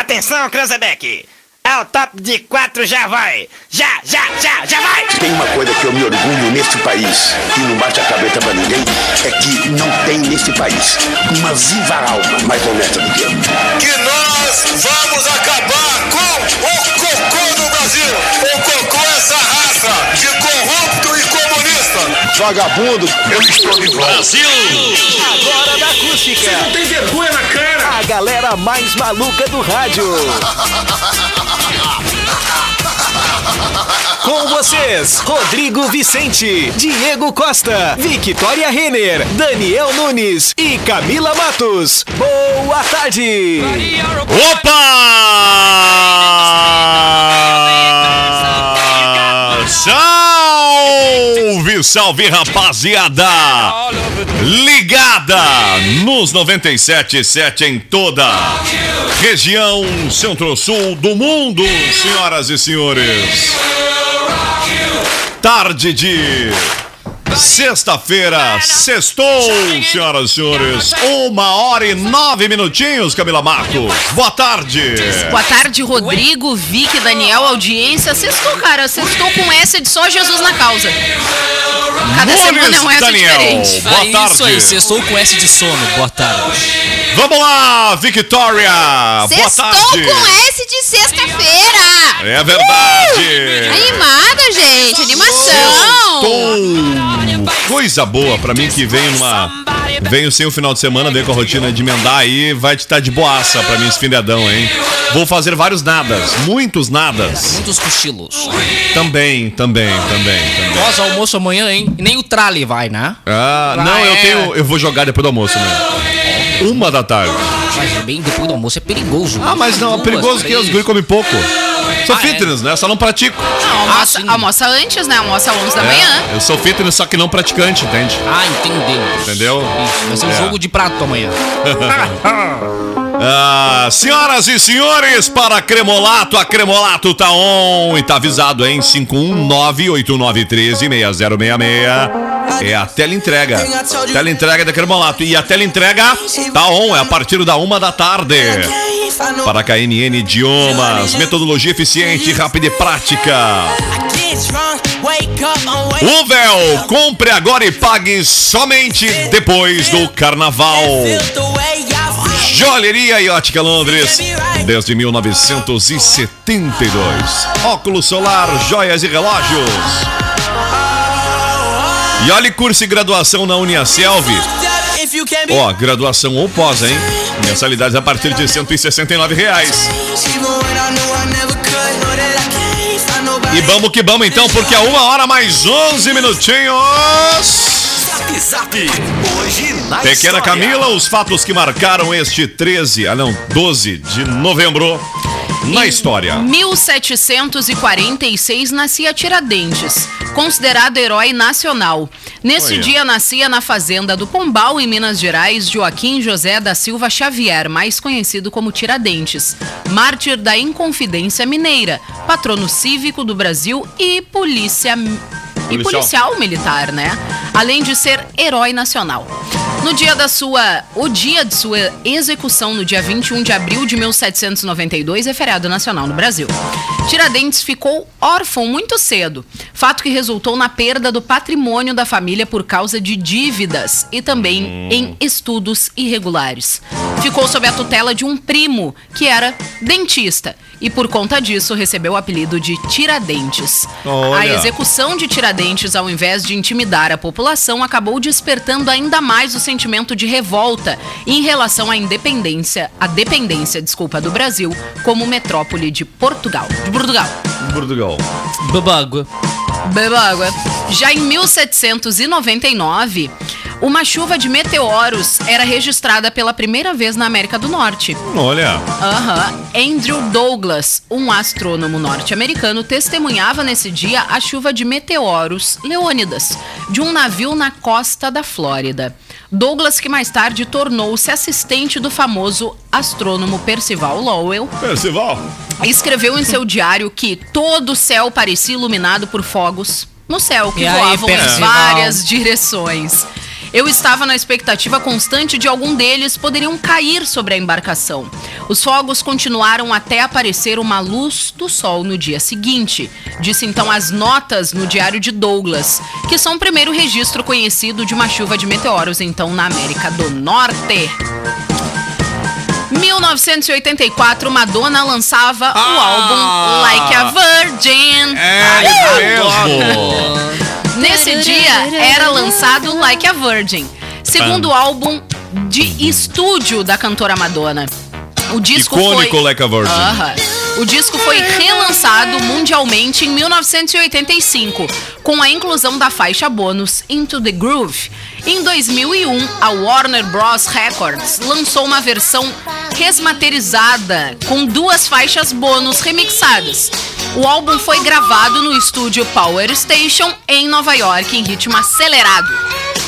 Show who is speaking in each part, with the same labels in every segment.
Speaker 1: Atenção, Cranzebeck! É o top de quatro, já vai! Já, já, já, já vai!
Speaker 2: Tem uma coisa que eu me orgulho neste país, e não bate a cabeça pra ninguém, é que não tem neste país uma viva alma mais honesta do que eu.
Speaker 3: que nós vamos acabar com o cocô no Brasil. O cocô é essa raça de corrupto e comunista.
Speaker 2: Vagabundo, eu estou de volta.
Speaker 4: Agora da acústica.
Speaker 3: Não tem vergonha na cara.
Speaker 4: A galera mais maluca do rádio. Com vocês, Rodrigo Vicente, Diego Costa, Victoria Renner, Daniel Nunes e Camila Matos. Boa tarde!
Speaker 5: Opa! Salve, salve, rapaziada! Ligada nos 97.7 em toda região centro-sul do mundo, senhoras e senhores. Tarde de Sexta-feira, sextou, senhoras e senhores. Uma hora e nove minutinhos, Camila Marcos. Boa tarde.
Speaker 6: Boa tarde, Rodrigo, Vic, Daniel, audiência. Sextou, cara. Sextou com essa de só Jesus na causa. Cada semana é um
Speaker 5: Nunes
Speaker 6: essa
Speaker 5: Daniel.
Speaker 6: diferente.
Speaker 5: Boa
Speaker 7: É Isso aí,
Speaker 5: tarde.
Speaker 7: sextou com S de sono. Boa tarde.
Speaker 5: Vamos lá, Victoria. Boa
Speaker 8: Sextou
Speaker 5: tarde.
Speaker 8: com S de sexta-feira! Uh!
Speaker 5: É verdade.
Speaker 8: Animada, gente! Animação!
Speaker 5: Sextou. Coisa boa pra mim que vem uma. Venho sem o final de semana, venho com a rotina de emendar aí, vai te estar de boaça pra mim esse findadão, hein? Vou fazer vários nadas, muitos nadas.
Speaker 7: Muitos cochilos.
Speaker 5: Também, também, também, também.
Speaker 7: Nós almoço amanhã, hein? E nem o trale vai, né?
Speaker 5: Ah, não, eu
Speaker 7: é.
Speaker 5: tenho. Eu vou jogar depois do almoço, né? Uma da tarde.
Speaker 7: Mas bem depois do almoço é perigoso.
Speaker 5: Ah, mas não, é
Speaker 7: Duas,
Speaker 5: perigoso que
Speaker 7: três.
Speaker 5: os guri comem pouco. Sou
Speaker 7: Ah, é?
Speaker 5: fitness, né? Só não pratico.
Speaker 6: Não, almoça,
Speaker 7: Ah, sim.
Speaker 6: almoça antes, né? Almoça às 11 da
Speaker 5: Assim. É,
Speaker 6: manhã.
Speaker 5: eu sou fitness, só que não praticante, entende?
Speaker 7: Ah, entendeu.
Speaker 5: Entendeu?
Speaker 7: Isso, vai ser um
Speaker 5: É.
Speaker 7: jogo de prato amanhã.
Speaker 5: Ah, senhoras e senhores, para Cremolato, a Cremolato tá on e tá avisado, hein? 519-8913-6066 é a teleentrega. Teleentrega da Cremolato. E a teleentrega tá on, é a partir da uma da tarde. É. Para a KNN Idiomas, metodologia eficiente, rápida e prática. O véu, compre agora e pague somente depois do carnaval. Joalheria e Ótica Londres, desde 1972. Óculos solar, joias e relógios. E olhe curso e graduação na Uniaselv. Ó, graduação ou pós, hein? Mensalidades a partir de R$ 169 reais. E vamos que vamos então, porque é uma hora mais 11 minutinhos. Pequena Camila, os fatos que marcaram este 13, ah não, 12 de novembro na história.
Speaker 6: 1746 nascia Tiradentes, considerado herói nacional. Neste
Speaker 5: Olha.
Speaker 6: dia nascia na fazenda do Pombal, em Minas Gerais, Joaquim José da Silva Xavier, mais conhecido como Tiradentes, mártir da Inconfidência Mineira, patrono cívico do Brasil e polícia e
Speaker 5: Policial.
Speaker 6: policial militar, né? Além de ser herói nacional. No dia da sua, o dia de sua execução no dia 21 de abril de 1792 é feriado nacional no Brasil. Tiradentes ficou órfão muito cedo, fato que resultou na perda do patrimônio da família por causa de dívidas e também em estudos irregulares. Ficou sob a tutela de um primo, que era dentista, e por conta disso recebeu o apelido de Tiradentes. A
Speaker 5: Olha.
Speaker 6: execução execução de Tiradentes, ao invés de intimidar a população, acabou despertando ainda mais o sentimento de revolta em relação à independência, a dependência, desculpa, do Brasil como metrópole de Portugal. De Portugal.
Speaker 5: Portugal.
Speaker 7: Babágua.
Speaker 6: Beba água. Já em 1799, uma chuva de meteoros era registrada pela primeira vez na América do Norte.
Speaker 5: Olha,
Speaker 6: Aham. Andrew Douglas, um astrônomo norte-americano, testemunhava nesse dia a chuva de meteoros Leônidas de um navio na costa da Flórida. Douglas, que mais tarde tornou-se assistente do famoso astrônomo Percival Lowell,
Speaker 5: Percival.
Speaker 6: escreveu em seu diário que todo o céu parecia iluminado por fogos no céu que
Speaker 7: E aí,
Speaker 6: voavam em
Speaker 7: Percival?
Speaker 6: várias direções. Eu estava na expectativa constante de algum deles poderiam cair sobre a embarcação. Os fogos continuaram até aparecer uma luz do sol no dia seguinte, disse então as notas no diário de Douglas, que são o primeiro registro conhecido de uma chuva de meteoros então na América do Norte. 1984, Madonna lançava o álbum Like a Virgin.
Speaker 5: Ah! É isso mesmo.
Speaker 6: Nesse dia era lançado Like a Virgin, segundo álbum de estúdio da cantora Madonna. O disco
Speaker 5: Icônico
Speaker 6: foi... Ah.
Speaker 5: Like a Virgin.
Speaker 6: Aham. O disco foi relançado mundialmente em 1985, com a inclusão da faixa bônus Into the Groove. Em 2001, a Warner Bros. Records lançou uma versão resmaterizada com duas faixas bônus remixadas. O álbum foi gravado no estúdio Power Station em Nova York em ritmo acelerado.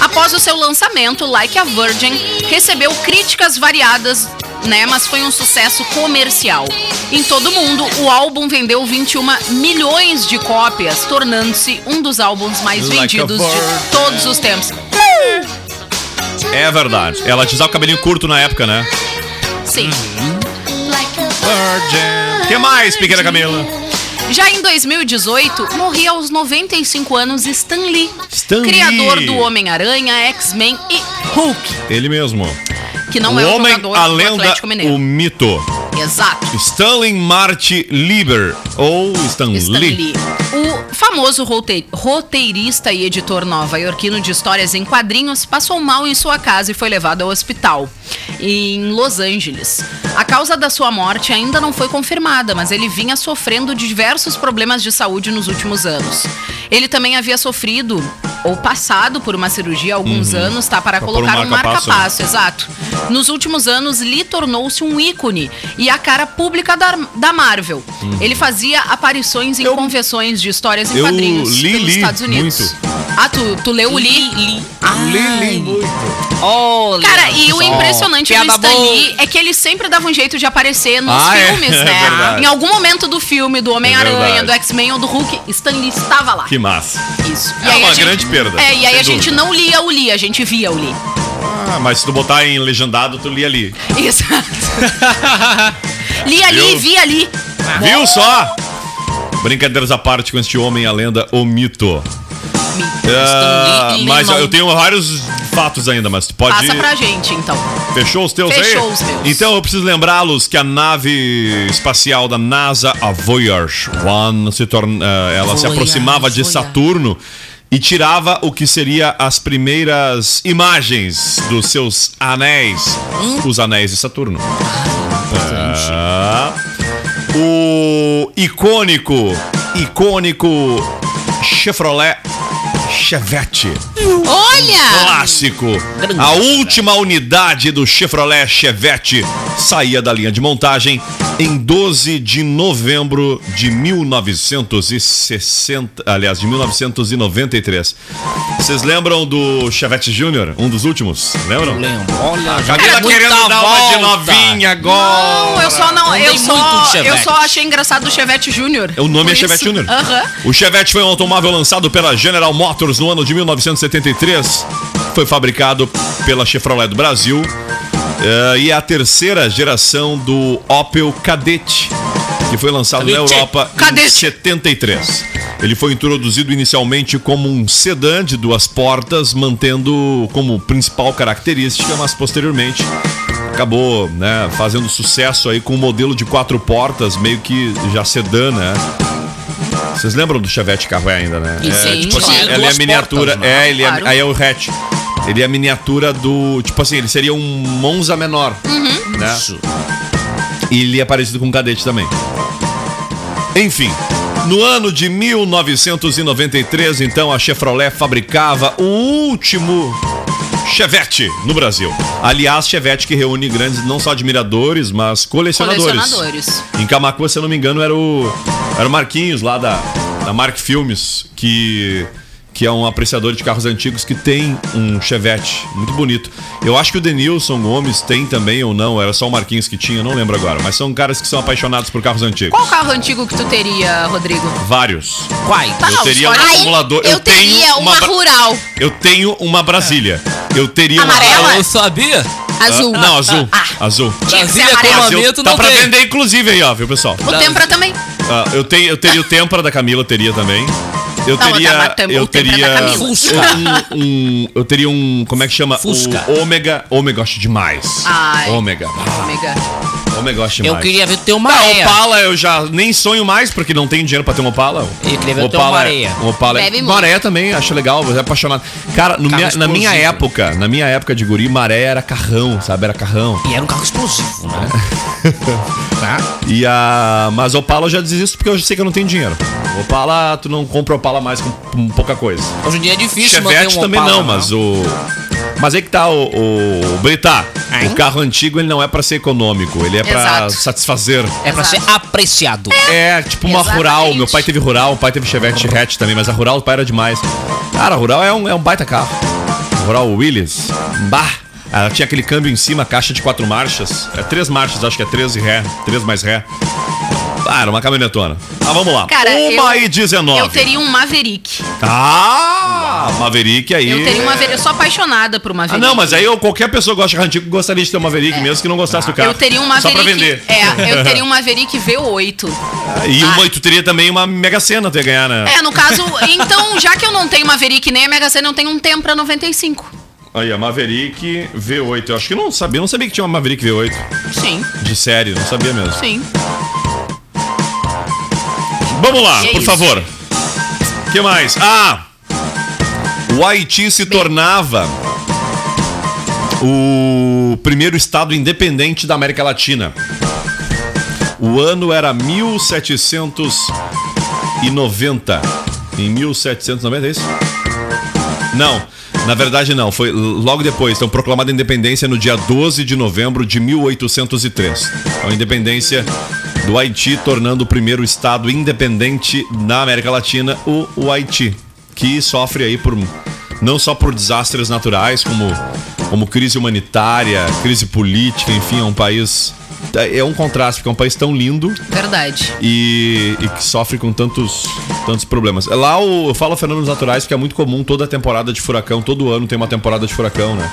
Speaker 6: Após o seu lançamento, Like a Virgin recebeu críticas variadas, né, mas foi um sucesso comercial. Em todo o mundo, o álbum vendeu 21 milhões de cópias, tornando-se um dos álbuns mais
Speaker 5: Like a
Speaker 6: vendidos
Speaker 5: Virgin.
Speaker 6: de todos os tempos.
Speaker 5: É verdade. Ela te usava o cabelinho curto na época, né?
Speaker 6: Sim.
Speaker 5: Uhum. Virgin. que mais, pequena Camila?
Speaker 6: Já em 2018, morria aos 95 anos Stan Lee,
Speaker 5: Stan Lee.
Speaker 6: criador do Homem-Aranha, X-Men e Hulk,
Speaker 5: Ele mesmo.
Speaker 6: que não
Speaker 5: o
Speaker 6: é um
Speaker 5: homem,
Speaker 6: jogador
Speaker 5: a
Speaker 6: do
Speaker 5: lenda,
Speaker 6: Atlético Mineiro.
Speaker 5: o mito.
Speaker 6: Exato.
Speaker 5: Stanley Marti Lieber, ou Stan,
Speaker 6: Stan
Speaker 5: Lee.
Speaker 6: Lee. O famoso rote- roteirista e editor nova-iorquino de histórias em quadrinhos passou mal em sua casa e foi levado ao hospital, em Los Angeles. A causa da sua morte ainda não foi confirmada, mas ele vinha sofrendo de diversos problemas de saúde nos últimos anos. Ele também havia sofrido ou passado por uma cirurgia há alguns anos, tá? Para
Speaker 5: Pra pôr um
Speaker 6: colocar um
Speaker 5: marca-passo,
Speaker 6: marca-passo.
Speaker 5: né?
Speaker 6: Exato. Nos últimos anos, Lee tornou-se um ícone e a cara pública da, da Marvel. Ele fazia aparições em convenções de histórias em
Speaker 5: Hum. eu
Speaker 6: quadrinhos
Speaker 5: li
Speaker 6: pelos
Speaker 5: Lee
Speaker 6: Estados Unidos. Ah, tu, tu leu o Lee?
Speaker 5: Lee, Lee.
Speaker 7: Olha
Speaker 6: Cara, e o
Speaker 7: só.
Speaker 6: impressionante do
Speaker 7: Piada
Speaker 6: Stan
Speaker 7: boa.
Speaker 6: Lee é que ele sempre dava um jeito de aparecer nos
Speaker 5: Ah, é.
Speaker 6: filmes,
Speaker 5: É
Speaker 6: né?
Speaker 5: verdade. É
Speaker 6: em algum momento do filme, do Homem-Aranha,
Speaker 5: verdade.
Speaker 6: do X-Men ou do Hulk, Stan Lee estava lá.
Speaker 5: Que massa.
Speaker 6: Isso.
Speaker 5: É uma grande perda,
Speaker 6: É, e aí
Speaker 5: sem
Speaker 6: a gente
Speaker 5: dúvida.
Speaker 6: não lia o Lee, a gente via o Lee.
Speaker 5: Ah, mas se tu botar em legendado, tu lia ali.
Speaker 6: Exato. Li ali,
Speaker 5: Viu?
Speaker 6: vi ali.
Speaker 5: Viu só? Brincadeiras à parte com este homem, a lenda, o mito. Ah,
Speaker 7: Stanley e
Speaker 5: mas
Speaker 7: limão.
Speaker 5: eu tenho vários fatos ainda, mas tu pode.
Speaker 6: é Passa pra gente, então.
Speaker 5: Fechou os teus aí?
Speaker 6: Fechou os meus.
Speaker 5: Então eu preciso lembrá-los que a nave espacial da NASA, a Voyager 1, se torna, eh, ela se
Speaker 7: Voyager,
Speaker 5: aproximava de
Speaker 7: Voyager.
Speaker 5: Saturno e tirava o que seria as primeiras imagens dos seus anéis,
Speaker 6: Hum?
Speaker 5: os anéis de Saturno. Ah. o icônico, icônico Chevrolet Chevette
Speaker 8: Olha!
Speaker 5: clássico. A última unidade do Chevrolet Chevette saía da linha de montagem em 12 de novembro de 1960, aliás, de 1993. Vocês lembram do Chevette Júnior, um dos últimos? Lembram?
Speaker 7: Lembro. Olha, já
Speaker 5: Camila
Speaker 7: deu
Speaker 5: tá querendo
Speaker 7: muita
Speaker 5: dar uma de
Speaker 7: volta.
Speaker 5: novinha agora.
Speaker 6: Não, eu só não.
Speaker 7: Mandei
Speaker 6: Eu
Speaker 7: muito
Speaker 6: só,
Speaker 7: de
Speaker 6: eu
Speaker 7: Chevette.
Speaker 6: só achei engraçado o Chevette Júnior.
Speaker 5: O um nome é
Speaker 6: Por
Speaker 5: Chevette
Speaker 6: isso.
Speaker 5: Júnior.
Speaker 6: Aham.
Speaker 5: O Chevette foi um automóvel lançado pela General Motors no ano de 1973. Foi fabricado pela Chevrolet do Brasil. eh, e é a terceira geração do Opel Cadete, que foi lançado na
Speaker 7: Cadete.
Speaker 5: Europa em
Speaker 6: Cadete.
Speaker 5: 73. Ele foi introduzido inicialmente como um sedã de duas portas, mantendo como principal característica, mas posteriormente acabou né, fazendo sucesso aí com o modelo de quatro portas, meio que já sedã, né? Vocês lembram do Chevette Carré ainda, né?
Speaker 7: E sim,
Speaker 5: tipo assim,
Speaker 7: claro.
Speaker 5: ele é a
Speaker 7: Duas
Speaker 5: miniatura,
Speaker 7: portas, né?
Speaker 5: é, ele é,
Speaker 6: Claro.
Speaker 5: aí é o hatch. Ele é a miniatura do, tipo assim, ele seria um Monza menor, né?
Speaker 7: Isso.
Speaker 5: E ele é parecido com um cadete também. Enfim, no ano de 1993, então, a Chevrolet fabricava o último Chevette no Brasil. Aliás, Chevette que reúne grandes, não só admiradores, mas colecionadores.
Speaker 6: Colecionadores.
Speaker 5: Em Camacuã, se eu não me engano, era o, era o Marquinhos lá da, da Mark Filmes, que, que é um apreciador de carros antigos que tem um Chevette muito bonito. Eu acho que o Denilson Gomes tem também ou não, era só o Marquinhos que tinha, não lembro agora. Mas são caras que são apaixonados por carros antigos.
Speaker 6: Qual carro antigo que tu teria, Rodrigo?
Speaker 5: Vários.
Speaker 7: Quais?
Speaker 5: Eu teria um
Speaker 6: olha-
Speaker 5: acumulador.
Speaker 8: Eu, teria uma,
Speaker 5: Bra-
Speaker 8: rural.
Speaker 5: Eu tenho uma Brasília. Eu teria uma-
Speaker 6: Amarela?
Speaker 7: Eu sabia.
Speaker 6: Azul.
Speaker 5: Ah, não, azul.
Speaker 6: Ah.
Speaker 5: Azul.
Speaker 6: Tinha que ser
Speaker 7: Brasília,
Speaker 6: amarela.
Speaker 7: como a Lamento
Speaker 5: tá
Speaker 7: não
Speaker 5: pra
Speaker 7: tem.
Speaker 5: vender, inclusive, aí, ó, viu, pessoal?
Speaker 6: O Tempra também.
Speaker 5: Ah, eu, tenho, eu teria o Tempra da Camila, eu teria também. Eu
Speaker 6: Não,
Speaker 5: teria.
Speaker 6: da Matam- o
Speaker 5: eu
Speaker 6: Tempra
Speaker 5: teria.
Speaker 6: é da Camila.
Speaker 7: Fusca.
Speaker 5: Um, um- eu teria um. Como é que chama?
Speaker 7: Fusca.
Speaker 5: O ômega. Ômega, eu acho demais.
Speaker 6: Ai.
Speaker 5: Ômega.
Speaker 6: Amiga.
Speaker 5: Ômega, eu acho demais.
Speaker 7: Eu queria ver o teu
Speaker 5: Ah,
Speaker 7: maré.
Speaker 5: Opala eu já nem sonho mais, porque não tenho dinheiro pra ter um Opala.
Speaker 7: E que levantou
Speaker 5: Opala
Speaker 7: uma
Speaker 5: é-
Speaker 7: areia.
Speaker 5: um Opala é-
Speaker 6: Bebe muito.
Speaker 5: Maré também, acho legal, mas é apaixonado. Cara, no
Speaker 7: Carro
Speaker 5: minha- na minha
Speaker 7: explosivo.
Speaker 5: época, na minha época de guri, Maré era carrão, sabe? Era carrão.
Speaker 7: E era um carro explosivo, né?
Speaker 5: E a... Mas Opala eu já desisto porque eu sei que eu não tenho dinheiro. Opala, tu não compra Opala mais com, com pouca coisa.
Speaker 7: Hoje em dia é difícil
Speaker 5: Chevette também
Speaker 7: Opala,
Speaker 5: não, mas o... Mas aí que tá o, o, o Brita. O carro antigo ele não é pra ser econômico, ele é pra
Speaker 6: Exato.
Speaker 5: satisfazer.
Speaker 7: É pra ser apreciado.
Speaker 5: É, tipo uma
Speaker 6: Exatamente.
Speaker 5: rural. Meu pai teve rural, o pai teve Chevette hatch também, mas a rural do pai era demais. Cara, a rural é um, é um baita carro. A rural Willys. Bah! Ela tinha aquele câmbio em cima, caixa de quatro marchas. É três marchas, acho que é 13 ré, três mais ré. Ah, era uma caminhonetona. Ah, vamos lá.
Speaker 6: Cara,
Speaker 5: uma
Speaker 6: eu-
Speaker 5: e 19.
Speaker 6: Eu teria um Maverick.
Speaker 5: Ah! Maverick aí.
Speaker 6: Eu teria um Maverick. Eu sou apaixonada por
Speaker 5: Ah,
Speaker 6: Maverick.
Speaker 5: não, mas aí eu- qualquer pessoa que gosta de carro antigo gostaria de ter um Maverick, mesmo que não gostasse do carro.
Speaker 6: É. Eu teria um Maverick.
Speaker 5: Só pra vender.
Speaker 6: É, eu teria um Maverick V8.
Speaker 5: E uma, e tu teria também uma Mega Sena até ganhar, né?
Speaker 6: É, no caso, então, já que eu não tenho Maverick nem a Mega Sena, eu tenho um Tempra 95.
Speaker 5: Aí, a Maverick V8. Eu acho que não sabia, eu não sabia que tinha uma Maverick V8
Speaker 6: Sim,
Speaker 5: de série, não sabia mesmo.
Speaker 6: sim.
Speaker 5: Vamos lá,
Speaker 6: Que
Speaker 5: por
Speaker 6: isso?
Speaker 5: favor. que mais? Ah! O Haiti se tornava o primeiro estado independente da América Latina. O ano era 1790. Em 1790 é isso? Não. Na verdade, não. Foi logo depois. Então, proclamada a independência no dia 12 de novembro de 1803. Então, a independência do Haiti, tornando o primeiro estado independente na América Latina, o, o Haiti, que sofre aí por não só por desastres naturais, como, como crise humanitária, crise política, enfim, é um país. É um contraste, porque é um país tão lindo
Speaker 6: Verdade.
Speaker 5: e, e que sofre com tantos, tantos problemas. É Lá o, eu falo fenômenos naturais porque é muito comum toda temporada de furacão, todo ano tem uma temporada de furacão, né?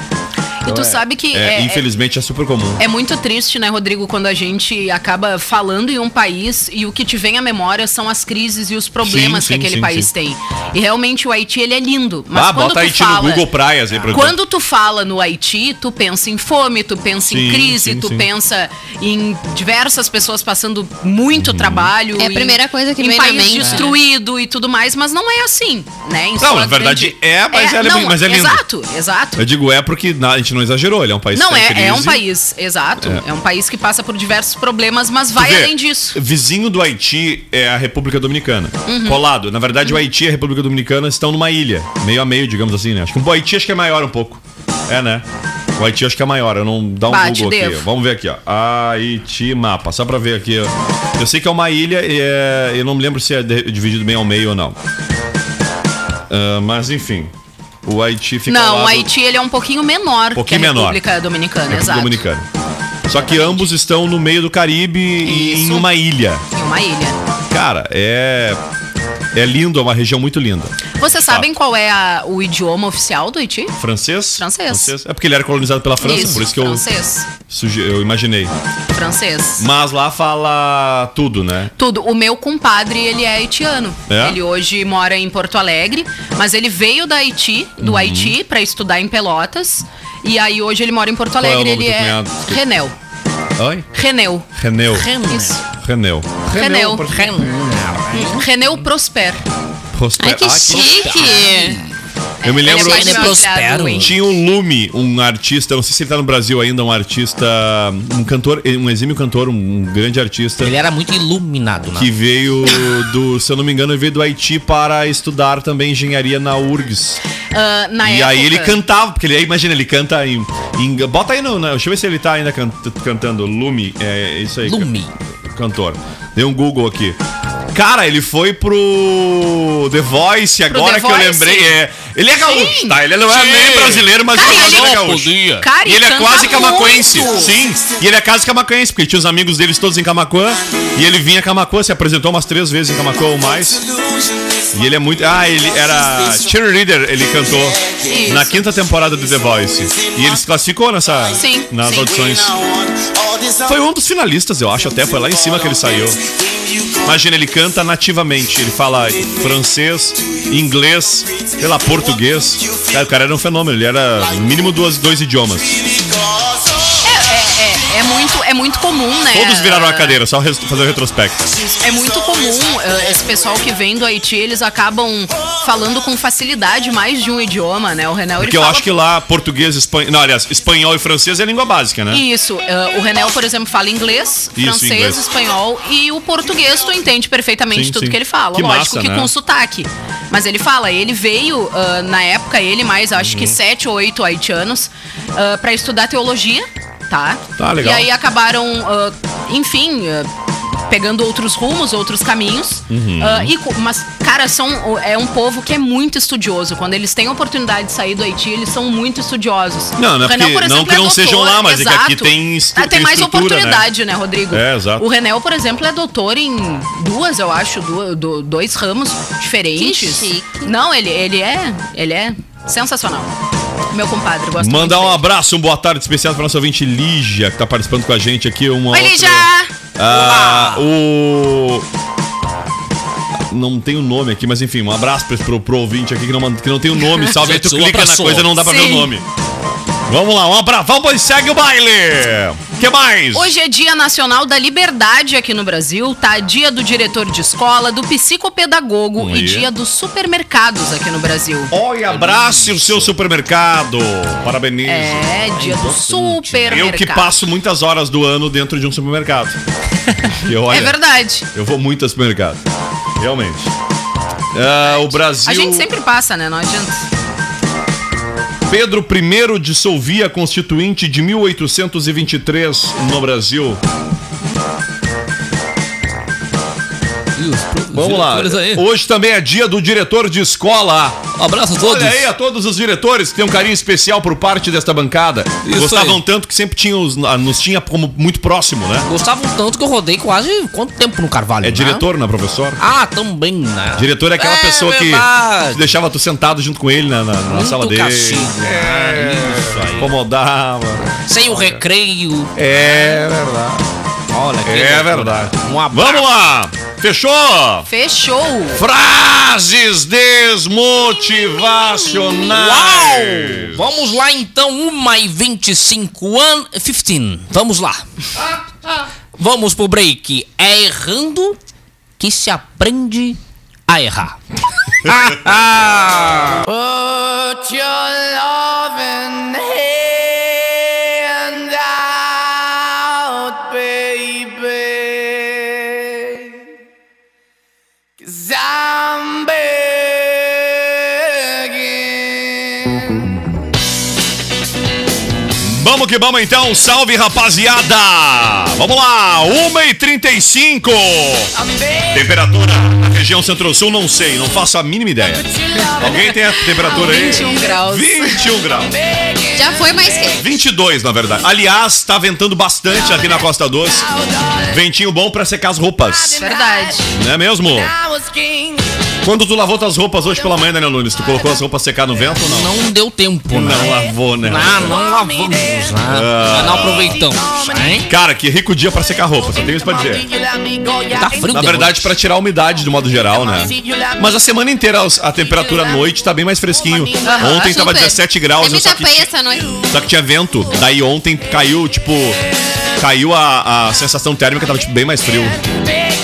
Speaker 6: E tu sabe que.
Speaker 5: É,
Speaker 6: é- é-
Speaker 5: infelizmente é super comum.
Speaker 6: É muito triste, né, Rodrigo, quando a gente acaba falando em um país e o que te vem à memória são as crises e os problemas
Speaker 5: Sim, sim,
Speaker 6: que aquele
Speaker 5: sim,
Speaker 6: país
Speaker 5: sim.
Speaker 6: tem. E realmente o Haiti, ele é lindo. Mas
Speaker 5: ah,
Speaker 6: quando
Speaker 5: bota
Speaker 6: tu
Speaker 5: aí no
Speaker 6: fala...
Speaker 5: Google Praias aí pra
Speaker 6: Quando tu fala no Haiti, tu pensa em fome, tu pensa
Speaker 5: Sim,
Speaker 6: em crise,
Speaker 5: sim,
Speaker 6: tu
Speaker 5: sim.
Speaker 6: pensa em diversas pessoas passando
Speaker 5: Uhum.
Speaker 6: muito trabalho.
Speaker 8: É a
Speaker 6: em-
Speaker 8: primeira coisa que
Speaker 6: em
Speaker 8: vem na
Speaker 6: país
Speaker 8: mente, né?
Speaker 6: destruído e tudo mais, mas não é assim, né? Em
Speaker 5: Não,
Speaker 6: sua
Speaker 5: na verdade é, mas é- mas é lindo.
Speaker 6: Exato, exato.
Speaker 5: Eu digo é porque na- a gente não exagerou, ele é um país que
Speaker 6: Não,
Speaker 5: tá em
Speaker 6: é, é um
Speaker 5: crise.
Speaker 6: país, exato. É. um país que passa por diversos problemas, mas
Speaker 5: Tu
Speaker 6: vai
Speaker 5: vê,
Speaker 6: além disso. Uhum.
Speaker 5: Vizinho do Haiti é a República Dominicana. Colado. Na verdade, o Haiti e a República Dominicana estão numa ilha. Meio a meio, digamos assim, né? Acho que o Haiti acho que é maior um pouco. É, né? O Haiti acho que é maior. Eu não dá um
Speaker 6: Bate,
Speaker 5: Google aqui.
Speaker 6: devo.
Speaker 5: Vamos ver aqui, ó. Haiti mapa. Só pra ver aqui. ó. Eu sei que é uma ilha e é- eu não me lembro se é de- dividido bem ao meio ou não. Ah, mas enfim. O Haiti fica ao
Speaker 6: Não, o
Speaker 5: lado-
Speaker 6: Haiti ele é um pouquinho menor
Speaker 5: Pouquinho
Speaker 6: que a
Speaker 5: menor.
Speaker 6: República Dominicana,
Speaker 5: República
Speaker 6: exato.
Speaker 5: Dominicana. Só que ambos estão no meio do Caribe e em
Speaker 6: Isso.
Speaker 5: uma ilha.
Speaker 6: Em uma ilha.
Speaker 5: Cara, é. É lindo, é uma região muito linda.
Speaker 6: Vocês
Speaker 5: Tá.
Speaker 6: sabem qual é a- o idioma oficial do Haiti?
Speaker 5: Francês?
Speaker 6: Francês.
Speaker 5: É porque ele era colonizado pela França, por isso que eu,
Speaker 6: francês.
Speaker 5: suge- eu imaginei.
Speaker 6: Francês.
Speaker 5: Mas lá fala tudo, né?
Speaker 6: Tudo. O meu compadre, ele é haitiano.
Speaker 5: É?
Speaker 6: Ele hoje mora em Porto Alegre, mas ele veio da Haiti,
Speaker 5: Uhum.
Speaker 6: do Haiti, pra estudar em Pelotas. E aí hoje ele mora em
Speaker 5: é
Speaker 6: Porto
Speaker 5: o
Speaker 6: Alegre,
Speaker 5: nome
Speaker 6: ele
Speaker 5: do
Speaker 6: é
Speaker 5: cunhado? Desculpa.
Speaker 6: Renel.
Speaker 5: Oi?
Speaker 6: Renel.
Speaker 5: Reneu.
Speaker 6: Isso.
Speaker 5: Reneu.
Speaker 6: Reneu.
Speaker 5: por-
Speaker 6: Reneu Prosper.
Speaker 5: Prosper-
Speaker 8: Ai, que
Speaker 5: Ah,
Speaker 8: chique.
Speaker 5: Eu me lembro.
Speaker 6: Ele é
Speaker 7: Reneu
Speaker 6: mais
Speaker 7: um Prospero.
Speaker 6: hein?
Speaker 5: Tinha o Lume, um artista, não sei se ele tá no Brasil ainda, um artista, um cantor, um exímio cantor, um grande artista.
Speaker 7: Ele é era muito iluminado, né?
Speaker 5: que veio do, se eu não me engano, ele veio do Haiti para estudar também engenharia na URGS.
Speaker 6: Ah, na
Speaker 5: e aí ele
Speaker 6: época-
Speaker 5: cantava, porque ele aí, imagina, ele canta em. em- bota aí no. na- deixa eu ver se ele tá ainda can- cantando. Lume, é isso aí.
Speaker 7: Lume.
Speaker 5: ca- Cantor. Dei um Google aqui. Cara, ele foi pro The Voice, agora
Speaker 6: The
Speaker 5: que
Speaker 6: Voice?
Speaker 5: eu lembrei. É, ele é gaúcho,
Speaker 6: Sim.
Speaker 5: tá? Ele não é
Speaker 7: Sim.
Speaker 5: nem brasileiro, mas
Speaker 6: Cara,
Speaker 5: ele,
Speaker 6: ele-
Speaker 5: é gaúcho.
Speaker 7: Podia.
Speaker 6: Cara,
Speaker 5: e ele é
Speaker 6: canta
Speaker 5: quase camacuense.
Speaker 6: muito.
Speaker 5: Sim. E ele é quase camacuense, porque tinha os amigos deles todos em Camacuã. E ele vinha a Camacuã, se apresentou umas três vezes em Camacuã ou mais. E ele é muito. Ah, ele era cheerleader, ele cantou
Speaker 6: Isso.
Speaker 5: na quinta temporada do The Voice. E ele se classificou nessa,
Speaker 6: Sim,
Speaker 5: nas
Speaker 6: sim.
Speaker 5: audições. Foi um dos finalistas, eu acho, até. Foi lá em cima que ele saiu. Imagina, ele canta nativamente. Ele fala francês, inglês, sei lá, português. Cara, o cara era um fenômeno. Ele era, no mínimo, duas, dois idiomas.
Speaker 6: É, é, é, é muito, é muito comum, né?
Speaker 5: Todos viraram a cadeira, só res- fazer o retrospecto.
Speaker 6: É muito comum eh, esse pessoal que vem do Haiti, eles acabam falando com facilidade mais de um idioma, né? O Renan ele
Speaker 5: Porque eu
Speaker 6: fala
Speaker 5: acho que lá, português, espanhol. Não, aliás, espanhol e francês é a língua básica, né?
Speaker 6: Isso, eh, o René, por exemplo, fala inglês,
Speaker 5: Isso,
Speaker 6: francês,
Speaker 5: inglês.
Speaker 6: espanhol e o português tu entende perfeitamente
Speaker 5: Sim,
Speaker 6: tudo
Speaker 5: sim.
Speaker 6: que ele fala.
Speaker 5: Que
Speaker 6: Lógico
Speaker 5: massa,
Speaker 6: que
Speaker 5: né?
Speaker 6: com sotaque. Mas ele fala, ele veio, ah, na época, ele mais, acho
Speaker 5: Uhum.
Speaker 6: que sete ou oito haitianos, ah, pra estudar teologia, tá?
Speaker 5: Tá, legal.
Speaker 6: E aí acabaram, ah, enfim... ah, Pegando outros rumos, outros caminhos.
Speaker 5: Uhum.
Speaker 6: Ah, e, co- mas, cara, são, é um povo que é muito estudioso. Quando eles têm a oportunidade de sair do Haiti, eles são muito estudiosos.
Speaker 5: Não, não é
Speaker 6: O Renan,
Speaker 5: porque-
Speaker 6: por
Speaker 5: não
Speaker 6: exemplo,
Speaker 5: que não sejam lá, mas é que aqui
Speaker 6: exato.
Speaker 5: tem estu-
Speaker 6: Ah, Tem
Speaker 5: tem
Speaker 6: mais
Speaker 5: estrutura, né?
Speaker 6: oportunidade, né, Rodrigo?
Speaker 5: É, exato.
Speaker 6: O Renel, por exemplo, é doutor em duas, eu acho, du- do- dois ramos diferentes.
Speaker 8: Que chique.
Speaker 6: Não, ele, ele é. Ele é sensacional. Meu compadre, gosto
Speaker 5: Mandar um
Speaker 6: muito dele.
Speaker 5: abraço, um boa tarde especial para nossa ouvinte Lígia, que tá participando com a gente aqui. Uma
Speaker 6: Oi,
Speaker 5: outra-
Speaker 6: Lígia!
Speaker 5: Ah, o. Não tem o nome aqui, mas enfim, um abraço pro, pro, pro ouvinte aqui que não, manda- que não tem o nome. Salve aí, tu
Speaker 7: Abraçou,
Speaker 5: clica na
Speaker 7: abraçou.
Speaker 5: coisa não dá pra ver
Speaker 6: Sim.
Speaker 5: o nome. Vamos lá, um abraço. Vamos, pois segue o baile! que mais?
Speaker 6: Hoje é Dia Nacional da Liberdade aqui no Brasil, tá? Dia do diretor de escola, do psicopedagogo
Speaker 5: Aí.
Speaker 6: e dia dos supermercados aqui no Brasil.
Speaker 5: Olha, abrace o seu supermercado. Parabéns.
Speaker 6: É, dia do supermercado.
Speaker 5: né? Eu que passo muitas horas do ano dentro de um supermercado. E olha,
Speaker 6: É verdade.
Speaker 5: Eu vou muito ao supermercado. Realmente. Ah, o Brasil.
Speaker 6: A gente sempre passa, né? Não adianta.
Speaker 5: Pedro I dissolvia a Constituinte de 1823 no Brasil. Vamos lá. Hoje também é dia do diretor de escola.
Speaker 7: Um abraço a todos.
Speaker 5: Olha aí a todos os diretores que têm um carinho especial por parte desta bancada.
Speaker 7: Isso
Speaker 5: Gostavam
Speaker 7: aí.
Speaker 5: tanto que sempre tinham os- ah, nos tinha como muito próximo, né?
Speaker 7: Gostavam tanto que eu rodei quase quanto tempo no Carvalho?
Speaker 5: É
Speaker 7: né?
Speaker 5: diretor, né, professor?
Speaker 7: Ah, também, né?
Speaker 5: Diretor é aquela
Speaker 7: É
Speaker 5: pessoa que
Speaker 7: verdade.
Speaker 5: deixava tu sentado junto com ele na, na- na
Speaker 7: Muito
Speaker 5: sala dele. É,
Speaker 7: castigo, né? Isso aí.
Speaker 5: Incomodava.
Speaker 7: Sem o recreio.
Speaker 5: É verdade.
Speaker 7: Olha, que
Speaker 5: É
Speaker 7: loucura.
Speaker 5: verdade.
Speaker 7: Um abraço.
Speaker 5: Vamos lá! Fechou!
Speaker 6: Fechou!
Speaker 5: Frases desmotivacionais!
Speaker 7: Vamos lá então, 1 e 25, 1 15. Vamos lá. Vamos pro break. É errando que se aprende a errar.
Speaker 5: Vamos que vamos então, salve rapaziada! Vamos lá, 1h35! Temperatura na região centro-sul, não sei, não faço a mínima ideia. Alguém tem a temperatura aí?
Speaker 6: 21 graus.
Speaker 5: 21 graus.
Speaker 8: Já foi mais quente.
Speaker 5: 22, na verdade. Aliás, tá ventando bastante aqui na Costa Doce. Ventinho bom pra secar as roupas,
Speaker 6: Verdade.
Speaker 5: não é mesmo? Quando tu lavou tuas roupas hoje pela manhã, Daniel Nunes, tu colocou as roupas secar no vento ou não?
Speaker 7: Não deu tempo, né?
Speaker 5: Não lavou, né?
Speaker 7: Ah, não lavamos. Ah, não aproveitamos, hein?
Speaker 5: Cara, que rico dia pra secar roupa, só tenho isso pra dizer.
Speaker 7: Tá frio
Speaker 5: Na
Speaker 7: de
Speaker 5: verdade,
Speaker 7: noite.
Speaker 5: pra tirar a umidade do modo geral, né? Mas a semana inteira os- a temperatura à noite tá bem mais fresquinho.
Speaker 6: Aham,
Speaker 5: Ontem tava
Speaker 6: super.
Speaker 5: 17 graus,
Speaker 8: Teve
Speaker 5: só que,
Speaker 8: tapeia essa noite.
Speaker 5: só que tinha vento. Daí ontem caiu, tipo. Caiu a, a sensação térmica, tava tipo, bem mais frio.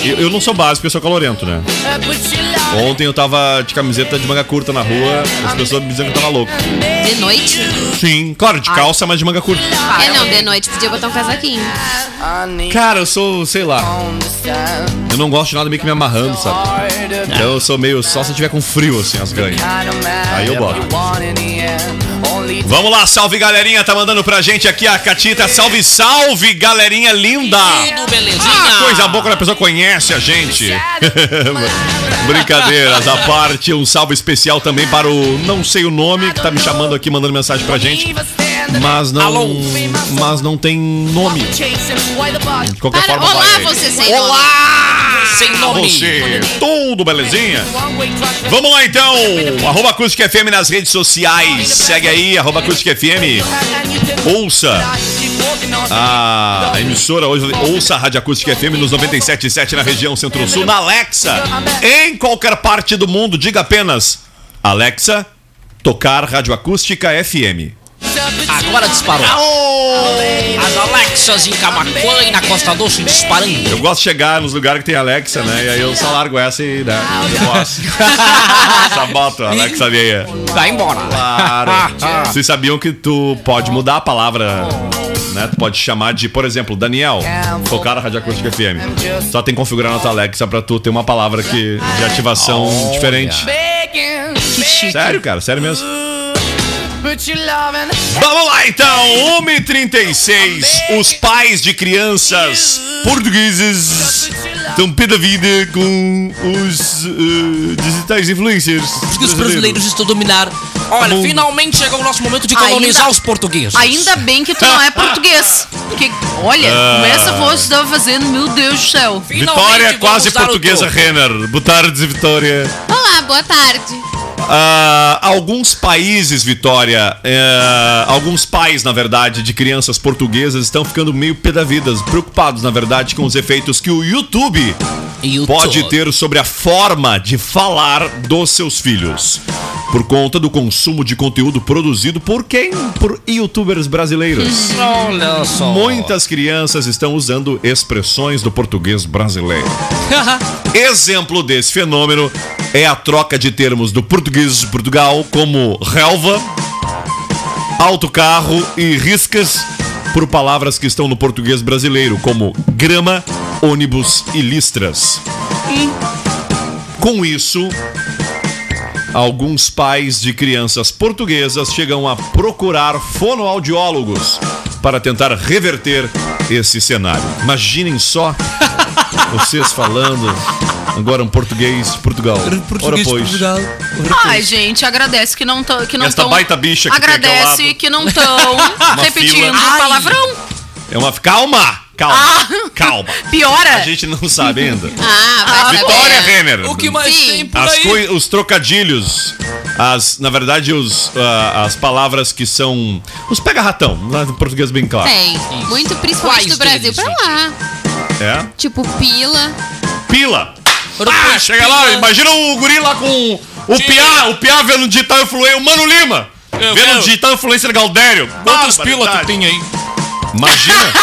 Speaker 5: Eu, eu não sou básico, eu sou calorento, né? Ontem eu tava de camiseta de manga curta na rua, as pessoas me dizendo que eu tava louco.
Speaker 8: De noite?
Speaker 5: Sim, claro, de calça, mas de manga curta.
Speaker 8: É, não, de noite podia botar um casaquinho.
Speaker 5: Cara, eu sou, sei lá. Eu não gosto de nada meio que me amarrando, sabe? Então eu sou meio só se eu tiver com frio, assim, as ganhas. Aí eu boto. Vamos lá, salve galerinha, tá mandando pra gente aqui a Catita. Salve, salve galerinha linda!
Speaker 7: Tudo belezinha?
Speaker 5: Ah, coisa boa quando a pessoa conhece a gente.
Speaker 8: Ah,
Speaker 5: Brincadeiras à parte, um salve especial também para o não sei o nome que tá me chamando aqui, mandando mensagem pra gente. Mas não,
Speaker 7: Alô?
Speaker 5: mas não tem nome. De qualquer
Speaker 8: Para,
Speaker 5: forma,
Speaker 8: olá,
Speaker 5: vai.
Speaker 8: você sem
Speaker 5: Olá!
Speaker 7: sem nome.
Speaker 5: ah, você. Tudo belezinha? Vamos lá então. Arroba Acústica FM nas redes sociais. Segue aí, arroba Acústica FM. Ouça a emissora hoje. Ouça a Rádio Acústica FM nos 97.7 na região Centro-Sul. Na Alexa, em qualquer parte do mundo, diga apenas Alexa, tocar Rádio Acústica FM.
Speaker 7: Agora disparou. As Alexas em Camacuã e na Costa Doce disparando.
Speaker 5: Eu gosto de chegar nos lugares que tem Alexa, né? E aí eu só largo essa e, né? Eu gosto. Saboto a Alexa meia.
Speaker 7: Vai embora.
Speaker 5: Claro. Vocês sabiam que tu pode mudar a palavra, né? Tu pode chamar de, por exemplo, Daniel, tocar a Rádio Acústica FM. Só tem que configurar na tua Alexa pra tu ter uma palavra que, de ativação diferente.
Speaker 6: Que chique.
Speaker 5: Sério, cara, sério mesmo. Vamos lá então, 1h36. Os pais de crianças portugueses estão pé da vida com os eh, digitais influencers.
Speaker 7: que os brasileiros estão dominar. Olha,
Speaker 5: Tá Bom.
Speaker 7: finalmente chegou o nosso momento de colonizar
Speaker 6: Ainda-
Speaker 7: os portugueses.
Speaker 6: Ainda bem que tu não é português. Porque, olha, com
Speaker 5: Ah.
Speaker 6: essa voz que tu tava fazendo, meu Deus do céu.
Speaker 7: Finalmente
Speaker 5: Vitória é
Speaker 7: vamos
Speaker 5: quase
Speaker 7: dar o
Speaker 5: portuguesa,
Speaker 7: troco.
Speaker 5: Renner. Boa tarde, Vitória.
Speaker 8: Olá, boa tarde.
Speaker 5: Ah, alguns países, Vitória, eh, alguns pais, na verdade, de crianças portuguesas estão ficando meio pedavidas, preocupados, na verdade, com os efeitos que o YouTube
Speaker 7: E o
Speaker 5: pode
Speaker 7: to-
Speaker 5: ter sobre a forma de falar dos seus filhos. Por conta do consumo de conteúdo produzido por quem? Por youtubers brasileiros.
Speaker 7: Olha só.
Speaker 5: Muitas crianças estão usando expressões do português brasileiro. Exemplo desse fenômeno é a troca de termos do português de Portugal como relva, autocarro e riscas por palavras que estão no português brasileiro, como grama, ônibus e listras. Com isso, alguns pais de crianças portuguesas chegam a procurar fonoaudiólogos para tentar reverter esse cenário. Imaginem só vocês falando agora um português de Portugal. Ora pois.
Speaker 6: Ai, gente, agradece que não tão, que não
Speaker 5: Esta
Speaker 6: tão-
Speaker 5: baita bicha que tem aqui ao
Speaker 6: Agradece
Speaker 5: lado.
Speaker 6: que não estão repetindo
Speaker 5: fila.
Speaker 6: o palavrão.
Speaker 5: É uma calma, calma, calma. A
Speaker 6: Piora.
Speaker 5: gente não sabe ainda.
Speaker 8: Ah, vai saber.
Speaker 5: Vitória Renner.
Speaker 7: é O que mais
Speaker 8: Sim.
Speaker 7: tem por
Speaker 5: As
Speaker 7: aí?
Speaker 5: coi- os trocadilhos, as, na verdade, os, ah, as palavras que são. Os pega-ratão, lá no português bem claro.
Speaker 7: É.
Speaker 8: Tem. Muito principalmente
Speaker 7: Quais
Speaker 8: do Brasil
Speaker 7: deles,
Speaker 8: pra
Speaker 7: gente?
Speaker 8: lá.
Speaker 5: É.
Speaker 8: Tipo, pila.
Speaker 5: Pila.
Speaker 7: Ora,
Speaker 5: Ah,
Speaker 7: pois,
Speaker 5: chega
Speaker 7: pila.
Speaker 5: lá, imagina o guri lá com o Piá, o Piá vendo no digital influencer, o Mano Lima.
Speaker 7: Eu
Speaker 5: vendo
Speaker 7: quero.
Speaker 5: no digital influencer Galdério.
Speaker 7: Quantos pila
Speaker 5: Barbaridade.
Speaker 7: tu tem aí?
Speaker 5: Imagina.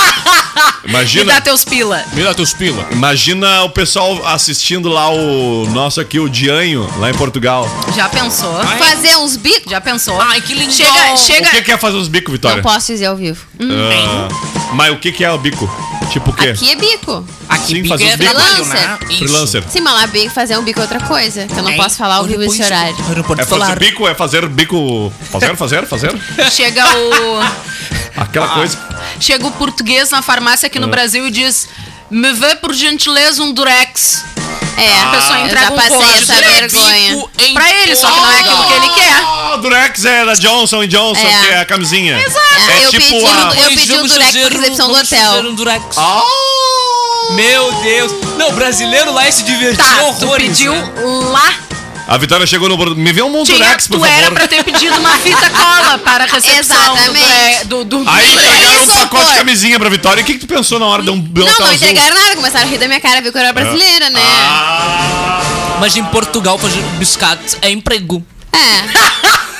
Speaker 6: Me
Speaker 5: imagina.
Speaker 6: dá teus pila.
Speaker 7: Me dá teus pila.
Speaker 5: Imagina o pessoal assistindo lá o nosso aqui, o Dianho, lá em Portugal.
Speaker 6: Já pensou?
Speaker 8: Fazer uns bicos.
Speaker 6: Já pensou?
Speaker 7: Ai, que lindão.
Speaker 5: O
Speaker 6: Chega,
Speaker 5: que
Speaker 6: chega.
Speaker 5: que é fazer os bicos, Vitória?
Speaker 8: Não posso dizer ao vivo.
Speaker 5: Ah, mas o que que é o bico? Tipo o quê?
Speaker 8: Aqui é bico.
Speaker 7: Aqui
Speaker 5: Sim,
Speaker 7: pica
Speaker 5: faz um os
Speaker 7: é
Speaker 5: bicos.
Speaker 7: trabalho, né?
Speaker 8: Freelancer.
Speaker 7: Isso.
Speaker 5: Freelancer.
Speaker 8: Sim, mas lá bico, fazer um bico é outra coisa. Que eu não posso falar ao vivo esse horário.
Speaker 5: É fazer bico, é fazer bico. Fazer, fazer, fazer.
Speaker 6: Chega o.
Speaker 5: Aquela coisa.
Speaker 6: Chega o português na farmácia
Speaker 7: Ah.
Speaker 6: aqui no Brasil e diz. Me vê por gentileza um durex.
Speaker 8: É,
Speaker 6: A pessoa
Speaker 8: eu
Speaker 6: entrega
Speaker 8: já
Speaker 6: um
Speaker 8: passei
Speaker 6: código.
Speaker 8: essa vergonha.
Speaker 6: Pra ele, só que não é aquilo que ele quer.
Speaker 5: Ah, o Durex é da Johnson Johnson,
Speaker 8: É.
Speaker 5: que é tipo a camisinha. Exato.
Speaker 8: É, eu pedi no- eu- pedi um durex
Speaker 7: por
Speaker 8: pra recepção do hotel.
Speaker 7: um
Speaker 8: Ah,
Speaker 5: Ah!
Speaker 7: Meu Deus. Não, brasileiro lá se divertiu
Speaker 6: Tá,
Speaker 8: é
Speaker 6: tu
Speaker 7: horrores.
Speaker 6: pediu
Speaker 7: né?
Speaker 6: lá
Speaker 5: A Vitória chegou no. Bor- Me vê um
Speaker 6: Tinha-
Speaker 5: Durex, por
Speaker 6: tu era
Speaker 5: favor.
Speaker 6: pra ter pedido uma fita cola para a recepção do, é,
Speaker 8: Exatamente.
Speaker 6: do, do,
Speaker 5: Aí entregaram um
Speaker 8: Isso,
Speaker 5: pacote de
Speaker 8: pô.
Speaker 5: camisinha pra Vitória. E o que, que tu pensou na hora de um, de um
Speaker 8: Não,
Speaker 5: tal
Speaker 8: não
Speaker 5: azul?
Speaker 8: entregaram nada. Começaram a rir da minha cara, viu que eu era
Speaker 5: É.
Speaker 8: brasileira, né?
Speaker 5: Ah.
Speaker 7: Mas em Portugal, fazer biscates é emprego.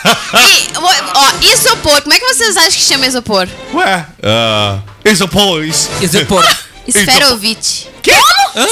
Speaker 8: É. E, ó, isopor. Como é que vocês acham que chama isopor?
Speaker 5: Então, Ué. ah, isopores.
Speaker 7: Isopor.
Speaker 8: Esferovite.
Speaker 5: é Quê?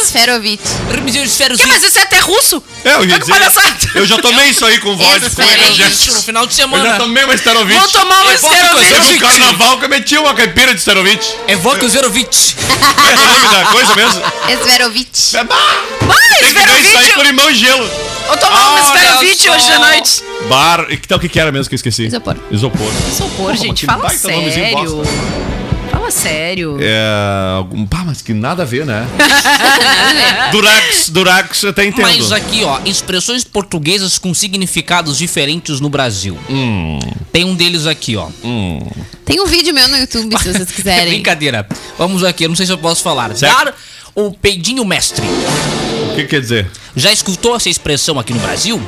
Speaker 8: Esferovite.
Speaker 7: Remisão de esferos.
Speaker 6: Que, mas isso é até russo?
Speaker 5: É, eu ia
Speaker 6: Olha que
Speaker 5: dizer.
Speaker 6: palhaçada.
Speaker 5: Eu já tomei isso aí com vodka. com
Speaker 8: Exatamente.
Speaker 5: energético.
Speaker 7: no final de
Speaker 5: Eu já
Speaker 7: semana.
Speaker 5: tomei uma Starovich.
Speaker 6: Vou tomar uma
Speaker 7: É bom que
Speaker 6: cerveja.
Speaker 5: Teve um
Speaker 7: Gente.
Speaker 5: carnaval que eu meti uma caipira de Starovich.
Speaker 7: Evoca o Zerovich.
Speaker 5: É o nome da coisa mesmo?
Speaker 8: Esferovite.
Speaker 5: É, bah, um
Speaker 6: Vai,
Speaker 5: Tem que ver isso aí com
Speaker 6: esferovite.
Speaker 5: limão e gelo.
Speaker 6: Vou tomar uma
Speaker 7: Olha
Speaker 6: esferovite
Speaker 7: só.
Speaker 6: hoje à noite.
Speaker 5: Bar. e que tal o que, que era mesmo que eu esqueci?
Speaker 8: Isopor.
Speaker 5: Isopor.
Speaker 6: Isopor, gente,
Speaker 5: que
Speaker 6: fala
Speaker 5: baita nomezinho
Speaker 6: sério.
Speaker 5: bosta.
Speaker 6: Fala sério.
Speaker 5: É. algum- Pá, mas que nada a ver, né? Durax, Durax, eu até entendo.
Speaker 7: Mas aqui, ó, expressões portuguesas com significados diferentes no Brasil.
Speaker 5: Hum.
Speaker 7: Tem um deles aqui, ó.
Speaker 8: Tem um vídeo meu no YouTube, se vocês quiserem.
Speaker 7: Brincadeira. Vamos aqui, eu não sei se eu posso falar.
Speaker 5: Certo.
Speaker 7: Dar o peidinho mestre.
Speaker 5: O que quer dizer?
Speaker 7: Já escutou essa expressão aqui no Brasil?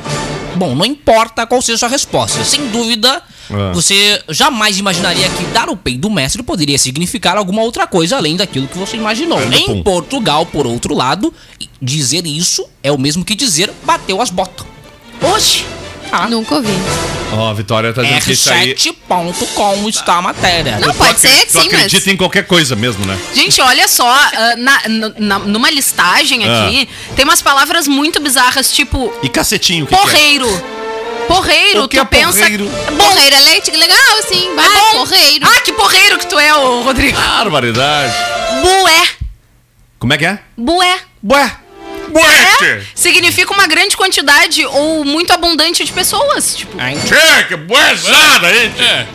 Speaker 7: Bom, não importa qual seja a sua resposta. Sem dúvida,
Speaker 5: Ah.
Speaker 7: você jamais imaginaria que dar o peido do mestre poderia significar alguma outra coisa além daquilo que você imaginou.
Speaker 5: Ainda
Speaker 7: Em
Speaker 5: pum.
Speaker 7: Portugal, por outro lado, dizer isso é o mesmo que dizer bateu as botas.
Speaker 6: Oxi!
Speaker 5: Ah.
Speaker 8: Nunca ouvi.
Speaker 5: Ó, a Vitória tá dizendo que isso aí.
Speaker 7: R7.com está a matéria.
Speaker 8: Não, pode ser,
Speaker 5: Tu
Speaker 8: sim, mas.
Speaker 5: acredita em qualquer coisa mesmo, né?
Speaker 6: Gente, olha só, ah, na- n- na- numa listagem aqui, tem umas palavras muito bizarras, tipo
Speaker 5: E cacetinho, o Ah. que, que é?
Speaker 6: porreiro. Porreiro,
Speaker 5: O que
Speaker 6: tu
Speaker 5: é
Speaker 6: pensa.
Speaker 5: porreiro?
Speaker 8: Porreiro é leite, que legal, sim. Vai,
Speaker 6: Ah,
Speaker 8: porreiro.
Speaker 6: Ah, que porreiro que tu é, ô Rodrigo.
Speaker 5: Barbaridade.
Speaker 6: Bué.
Speaker 5: Como é que é?
Speaker 6: Bué.
Speaker 5: Bué!
Speaker 6: É,
Speaker 5: Bué!
Speaker 6: significa uma grande quantidade ou muito abundante de pessoas. Tipo,
Speaker 5: É. Que, que buezada, gente!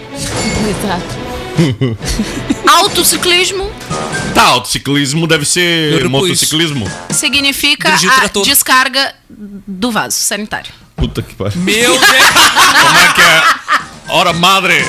Speaker 6: autociclismo
Speaker 5: Tá, autociclismo deve ser
Speaker 7: Grupo
Speaker 5: motociclismo.
Speaker 6: significa
Speaker 7: Dirigir o
Speaker 6: a
Speaker 7: trator.
Speaker 6: descarga do vaso sanitário.
Speaker 5: Puta que pariu.
Speaker 7: Meu Deus!
Speaker 5: Como é que é? Hora madre!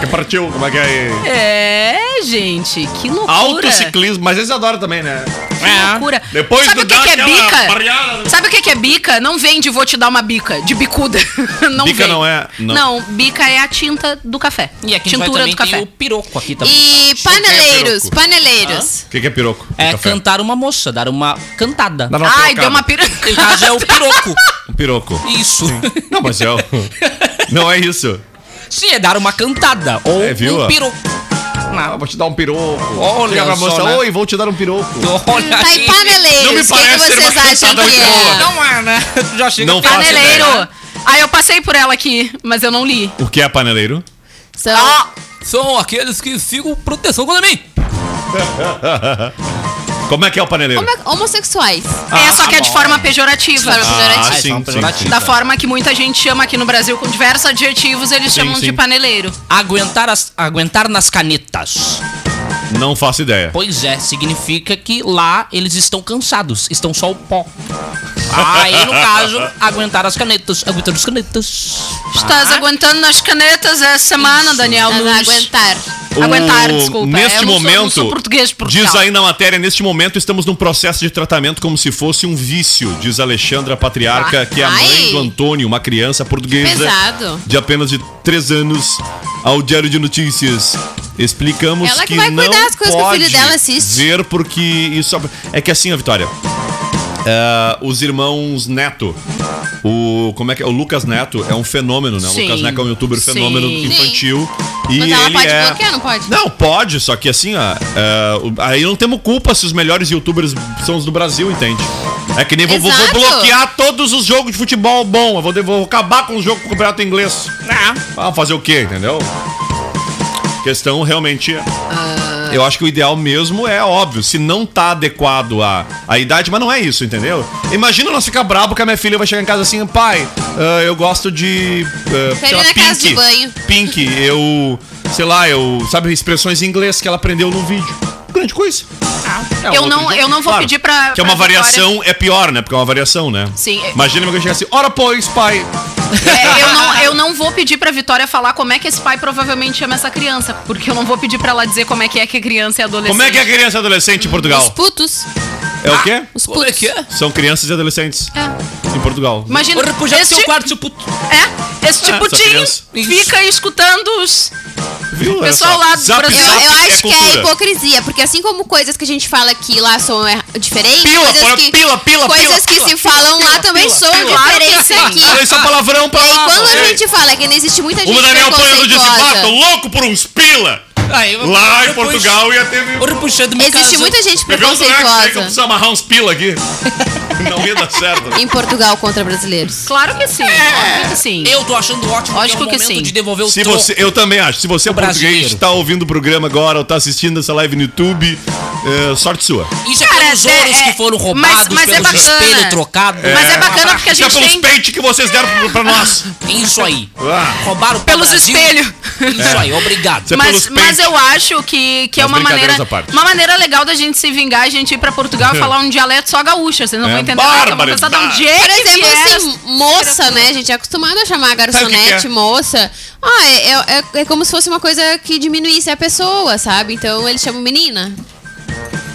Speaker 5: Que partiu, como é que é?
Speaker 6: É, gente, que loucura.
Speaker 5: Autociclismo, mas eles adoram também, né?
Speaker 6: Que loucura.
Speaker 5: Depois do
Speaker 6: Sabe o que,
Speaker 5: dar
Speaker 6: que é
Speaker 5: aquela
Speaker 6: bica?
Speaker 5: barriada.
Speaker 6: Sabe o que, que é bica? Não vende vou te dar uma bica, de bicuda. Não
Speaker 5: Bica
Speaker 6: vem.
Speaker 5: não é- não.
Speaker 6: Não. bica é a tinta do café.
Speaker 7: E aqui no
Speaker 6: Tintura
Speaker 7: Vai também
Speaker 6: do
Speaker 7: tem
Speaker 6: café.
Speaker 7: o piroco
Speaker 5: Tá
Speaker 7: aqui também.
Speaker 8: E paneleiros,
Speaker 5: peroco.
Speaker 8: paneleiros.
Speaker 5: O que, que é piroco?
Speaker 7: É
Speaker 5: Café.
Speaker 7: cantar uma moça, dar uma cantada.
Speaker 5: Dá uma
Speaker 6: Ai,
Speaker 5: pirocada.
Speaker 6: deu uma pira.
Speaker 7: Em caso é o piroco.
Speaker 5: Um piroco.
Speaker 7: Isso.
Speaker 5: Não, mas é o... Não é isso.
Speaker 7: Sim, é dar uma cantada. Ou
Speaker 5: É, viu, ó?
Speaker 7: um piroco.
Speaker 5: Ah, vou te dar um piroco.
Speaker 7: Olha
Speaker 5: Chega pra
Speaker 7: só,
Speaker 5: moça,
Speaker 7: né?
Speaker 5: oi, vou te dar um piroco.
Speaker 7: Olha
Speaker 8: Tá, e
Speaker 7: aí.
Speaker 5: Não me
Speaker 8: paneleiros, o que, que
Speaker 5: parece ser
Speaker 8: vocês
Speaker 5: uma
Speaker 8: acham
Speaker 5: cantada
Speaker 8: que
Speaker 5: muito boa.
Speaker 8: é?
Speaker 7: Não é, né? Tu já chega
Speaker 5: Não
Speaker 7: pra-
Speaker 5: faço ideia.
Speaker 6: Paneleiro. Ah, eu passei por ela aqui, mas eu não li.
Speaker 5: O que é paneleiro?
Speaker 8: São
Speaker 5: Ah.
Speaker 7: São aqueles que ficam proteção contra mim.
Speaker 5: Como é que é o paneleiro?
Speaker 8: homo- homossexuais.
Speaker 6: é, só que é de forma pejorativa.
Speaker 8: Forma pejorativa.
Speaker 5: tá Ah,
Speaker 7: É,
Speaker 5: sim,
Speaker 7: são
Speaker 5: sim, sim.
Speaker 6: Da forma que muita gente chama aqui no Brasil, com diversos adjetivos, eles
Speaker 5: Sim,
Speaker 6: chamam
Speaker 5: sim.
Speaker 6: de paneleiro.
Speaker 7: Aguentar, as, aguentar nas canetas.
Speaker 5: Não faço ideia.
Speaker 7: Pois é, significa que lá eles estão cansados, estão só o pó. Aí, no caso, aguentar as canetas, aguentar as canetas.
Speaker 5: Ah.
Speaker 6: Estás aguentando nas canetas essa semana, Daniel
Speaker 8: Não
Speaker 6: Nunes?
Speaker 8: aguentar.
Speaker 6: Aguentar,
Speaker 5: O-
Speaker 6: desculpa.
Speaker 5: Neste
Speaker 6: Eu não sou- não
Speaker 5: momento,
Speaker 6: sou português, Portugal.
Speaker 5: diz aí na matéria, neste momento estamos num processo de tratamento como se fosse um vício, diz Alexandra Patriarca, que é a mãe
Speaker 8: Ai.
Speaker 5: do Antônio, uma criança portuguesa
Speaker 8: Pesado.
Speaker 5: de apenas de 3 anos, ao Diário de Notícias. Explicamos
Speaker 8: Ela que
Speaker 5: que,
Speaker 8: vai
Speaker 5: não
Speaker 8: cuidar das coisas que o
Speaker 5: pode
Speaker 8: filho dela assiste.
Speaker 5: ver porque isso é que assim, ó, Vitória. ah, os irmãos Neto. O como é que é? O Lucas Neto é um fenômeno, né? O
Speaker 6: Sim.
Speaker 5: Lucas Neto é um youtuber
Speaker 6: Sim.
Speaker 5: fenômeno
Speaker 6: Sim.
Speaker 5: infantil e
Speaker 8: Mas ela
Speaker 5: ele
Speaker 8: pode
Speaker 5: é
Speaker 8: bloquear, não pode?
Speaker 5: não, pode, só que assim, ó, é, o- aí não temos culpa se os melhores youtubers são os do Brasil, entende? É que nem vou, vou- vou
Speaker 8: Exato.
Speaker 5: bloquear todos os jogos de futebol bom, eu vou, de- vou acabar com os jogos do campeonato inglês. Ah, fazer o quê, entendeu? Questão realmente. é- Eu acho que o ideal mesmo é óbvio, se não tá adequado à, à idade, mas não é isso, entendeu? Imagina nós ficar brabo que a minha filha vai chegar em casa assim, pai, ah, eu gosto de. ah, sei lá,
Speaker 8: na casa de banho.
Speaker 5: Pink, eu. Sei lá, eu. Sabe, expressões em inglês que ela aprendeu no vídeo. Grande coisa. É um
Speaker 6: eu
Speaker 5: outro
Speaker 6: não,
Speaker 5: jogo,
Speaker 6: eu não vou
Speaker 5: claro.
Speaker 6: pedir pra.
Speaker 5: Que é
Speaker 6: pra
Speaker 5: uma
Speaker 6: Vitória-
Speaker 5: variação, é pior, né? Porque é uma variação, né?
Speaker 6: Sim.
Speaker 5: Imagina uma coisa chegar assim, ora pois, pai.
Speaker 6: É, eu, não, eu não vou pedir pra Vitória falar como é que esse pai provavelmente chama essa criança. Porque eu não vou pedir pra ela dizer como é que é que criança e adolescente.
Speaker 5: Como é que é criança e adolescente em
Speaker 8: Os
Speaker 5: Portugal?
Speaker 8: putos.
Speaker 5: É o quê?
Speaker 8: Os
Speaker 7: Como é
Speaker 8: putos.
Speaker 7: que é?
Speaker 5: São crianças e adolescentes
Speaker 8: É.
Speaker 5: em Portugal.
Speaker 6: Imagina.
Speaker 7: Ô, repujar
Speaker 6: Esse,
Speaker 7: seu quarto, seu puto.
Speaker 6: é, esse tipo
Speaker 5: Ah, Essa criança.
Speaker 6: de fica escutando os.
Speaker 5: Viu?
Speaker 6: Pessoal
Speaker 5: Olha só.
Speaker 6: lá do Brasil.
Speaker 8: Então, Eu, eu acho que é
Speaker 5: cultura.
Speaker 8: hipocrisia, porque assim como coisas que a gente fala aqui lá são er- diferentes,
Speaker 5: Pila,
Speaker 8: coisas
Speaker 5: fora-
Speaker 8: que,
Speaker 5: pila, pila,
Speaker 8: coisas
Speaker 5: pila,
Speaker 8: que se falam lá também são diferentes
Speaker 6: Claro que
Speaker 8: aqui.
Speaker 6: é.
Speaker 5: Olha isso é palavrão pra lá.
Speaker 8: Quando a
Speaker 5: Ei.
Speaker 8: gente fala que não existe muita gente
Speaker 5: né? O Daniel Plano é disse,
Speaker 8: preconceituosa,
Speaker 5: bato louco por uns pila.
Speaker 7: Aí,
Speaker 5: Lá em
Speaker 7: depois-
Speaker 5: Portugal ia ter...
Speaker 7: Ô, repuxando minha
Speaker 8: existe
Speaker 7: casa.
Speaker 8: muita gente
Speaker 5: Me vê uns bonecos aí que eu
Speaker 8: preconceituosa
Speaker 5: preciso amarrar uns pila aqui. Não ia dar certo.
Speaker 8: em Portugal contra brasileiros.
Speaker 6: Claro que sim.
Speaker 5: É.
Speaker 6: Óbvio que sim.
Speaker 7: Eu tô achando ótimo
Speaker 6: Lógico
Speaker 7: é o
Speaker 6: que
Speaker 7: momento
Speaker 6: sim.
Speaker 7: de devolver o
Speaker 5: Se
Speaker 7: troco.
Speaker 5: você, eu também acho. Se você é
Speaker 7: O brasileiro.
Speaker 5: português, tá ouvindo o programa agora ou tá assistindo essa live no YouTube, é, sorte sua.
Speaker 7: Isso é
Speaker 6: Cara,
Speaker 7: pelos ouros
Speaker 6: é-
Speaker 7: que foram
Speaker 6: mas-
Speaker 7: roubados,
Speaker 6: mas é
Speaker 7: pelos
Speaker 6: bacana.
Speaker 7: espelhos trocados.
Speaker 6: Mas é bacana porque
Speaker 5: Fica
Speaker 6: a gente
Speaker 5: pelos
Speaker 6: tem.
Speaker 5: peitos que vocês deram pra- pra nós.
Speaker 7: é Isso aí.
Speaker 5: Ah.
Speaker 7: Roubaram pro
Speaker 6: Pelos
Speaker 7: Brasil.
Speaker 6: espelhos.
Speaker 7: Isso aí, obrigado.
Speaker 5: É. Você- pelos
Speaker 6: Mas,
Speaker 5: peitos.
Speaker 6: mas eu acho que, que é
Speaker 5: Mas
Speaker 6: uma
Speaker 5: brincadeiras
Speaker 6: maneira,
Speaker 5: à parte.
Speaker 6: uma maneira legal da gente se vingar, a gente ir pra Portugal e falar um dialeto só gaúcho. Vocês não
Speaker 5: É
Speaker 6: vão entender nada. Vão pensar de
Speaker 5: barbaridade.
Speaker 6: onde é
Speaker 8: Por
Speaker 6: que
Speaker 8: exemplo,
Speaker 6: vier
Speaker 8: assim, moça, né? A gente é acostumado a chamar
Speaker 5: Sabe o que
Speaker 8: garçonete,
Speaker 5: que é?
Speaker 8: moça. Ah, é, é, é- é como se fosse uma coisa que diminuísse a pessoa, sabe? Então eles chamam menina.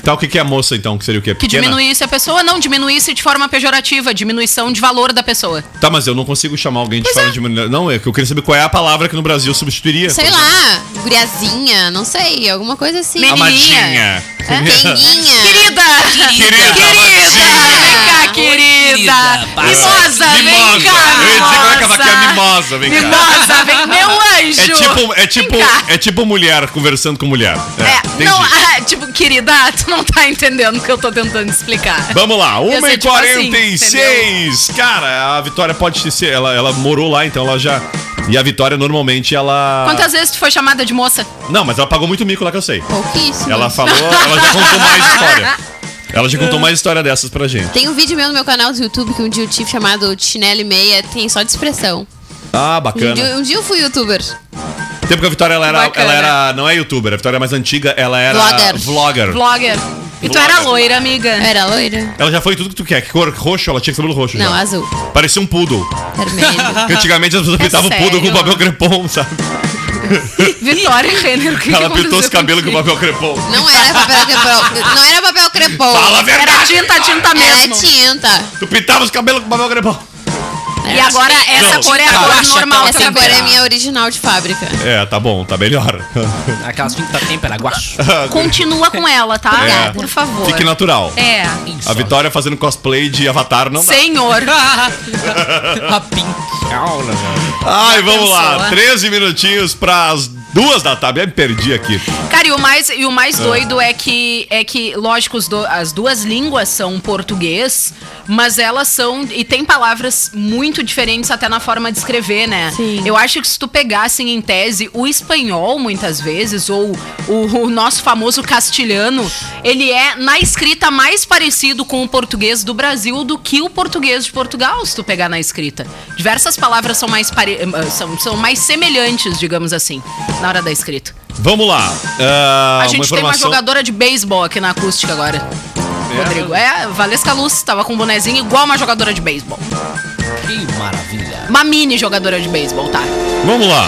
Speaker 5: Tá, o que que é a moça então? Que seria o quê?
Speaker 6: Que
Speaker 5: Pequena?
Speaker 6: diminuísse a pessoa, não diminuísse de forma pejorativa, diminuição de valor da pessoa.
Speaker 5: Tá, mas eu não consigo chamar alguém de forma de mulher. Não, é que eu queria saber qual é a palavra que no Brasil substituiria.
Speaker 8: Sei lá, guriazinha, não sei, alguma coisa assim. É,
Speaker 5: Amadinha. É. Tá
Speaker 8: Peninha.
Speaker 6: Querida!
Speaker 5: Querida,
Speaker 6: Vem cá, querida!
Speaker 7: Querida,
Speaker 6: Mimosa, vem
Speaker 5: Mimosa.
Speaker 6: cá,
Speaker 5: Eu ia dizer, como é que ela quer
Speaker 6: mimosa!
Speaker 5: mimosa? Vem cá.
Speaker 6: Mimosa, vem, meu anjo!
Speaker 5: É tipo, é tipo,
Speaker 6: Vem cá.
Speaker 5: é tipo mulher conversando com mulher.
Speaker 6: É,
Speaker 5: entendi.
Speaker 6: não, ah, tipo, querida, tu não tá entendendo o que eu tô tentando explicar.
Speaker 5: Vamos lá,
Speaker 6: Eu sei, tipo assim,
Speaker 5: 1h46. Cara, a Vitória pode ser. Ela, ela morou lá, então ela já. E a Vitória normalmente ela.
Speaker 6: Quantas vezes tu foi chamada de moça?
Speaker 5: Não, mas ela pagou muito mico lá que eu sei.
Speaker 8: Pouquíssimo.
Speaker 5: Ela falou, ela já contou mais
Speaker 6: Ah,
Speaker 5: história. Ela já contou mais história dessas pra gente.
Speaker 8: Tem um vídeo meu no meu canal do YouTube que um dia eu tive chamado de Chinelo e Meia, tem só de expressão.
Speaker 5: Ah,
Speaker 8: Um
Speaker 5: bacana.
Speaker 8: dia, um dia eu fui youtuber.
Speaker 5: Tempo que a Vitória ela era, ela
Speaker 6: Bacana.
Speaker 5: era. Não é youtuber, a Vitória é mais antiga, ela era
Speaker 8: Vlogger.
Speaker 5: vlogger.
Speaker 6: Vlogger. E tu era loira, amiga.
Speaker 5: É.
Speaker 8: Eu era loira?
Speaker 5: Ela já foi tudo que tu quer. Que cor roxo? Ela tinha cabelo roxo.
Speaker 8: Não,
Speaker 5: já.
Speaker 8: azul.
Speaker 5: Parecia um poodle.
Speaker 8: Vermelho.
Speaker 5: Porque antigamente as pessoas
Speaker 6: É
Speaker 5: pintavam o
Speaker 6: sério?
Speaker 5: poodle com papel crepom, sabe?
Speaker 6: Vitória e Renner, o que
Speaker 5: Ela
Speaker 6: que
Speaker 5: pintou os
Speaker 6: aconteceu
Speaker 5: cabelos com
Speaker 6: contigo? Oh,
Speaker 5: papel crepom.
Speaker 8: Não era papel crepom. Não era papel crepom.
Speaker 5: Fala a verdade!
Speaker 6: Era tinta, tinta
Speaker 8: Era
Speaker 6: mesmo.
Speaker 8: tinta.
Speaker 5: Tu pintava os cabelos com papel crepom.
Speaker 6: E agora essa
Speaker 5: Não,
Speaker 6: cor é a
Speaker 7: tinta
Speaker 6: cor
Speaker 7: baixa,
Speaker 6: normal do
Speaker 5: tá
Speaker 8: Essa cor
Speaker 6: cabelo.
Speaker 8: é minha original de fábrica.
Speaker 5: É, tá bom, tá melhor.
Speaker 7: Aquelas tinta tempera, guacho.
Speaker 6: Continua com ela, tá?
Speaker 5: É.
Speaker 6: Por favor.
Speaker 5: Fique natural.
Speaker 6: É.
Speaker 5: A Vitória fazendo cosplay de Avatar não dá.
Speaker 6: Senhor.
Speaker 7: A pink. Aula,
Speaker 6: é
Speaker 5: Ai, vamos lá.
Speaker 6: Pensou, né?
Speaker 5: 13 minutinhos pras duas da tarde. Eu me perdi aqui.
Speaker 6: Cara, e o mais, e o mais doido é que, é que lógico, os do- as duas línguas são português, mas elas são. E tem palavras muito diferentes até na forma de escrever, né?
Speaker 8: Sim.
Speaker 6: Eu acho que se tu pegassem em tese o espanhol, muitas vezes, ou o, o nosso famoso castilhano, ele é, na escrita, mais parecido com o português do Brasil do que o português de Portugal, se tu pegar na escrita. Diversas palavras são mais, pare- são, são mais semelhantes, digamos assim, na hora da escrita.
Speaker 5: Vamos lá. Ah,
Speaker 6: A gente
Speaker 5: uma
Speaker 6: tem uma
Speaker 5: informação.
Speaker 6: jogadora de beisebol aqui na acústica agora. Rodrigo. É, Valesca Luz tava com um bonezinho igual uma jogadora de beisebol.
Speaker 7: que maravilha.
Speaker 6: Uma mini jogadora de beisebol, tá?
Speaker 5: Vamos lá.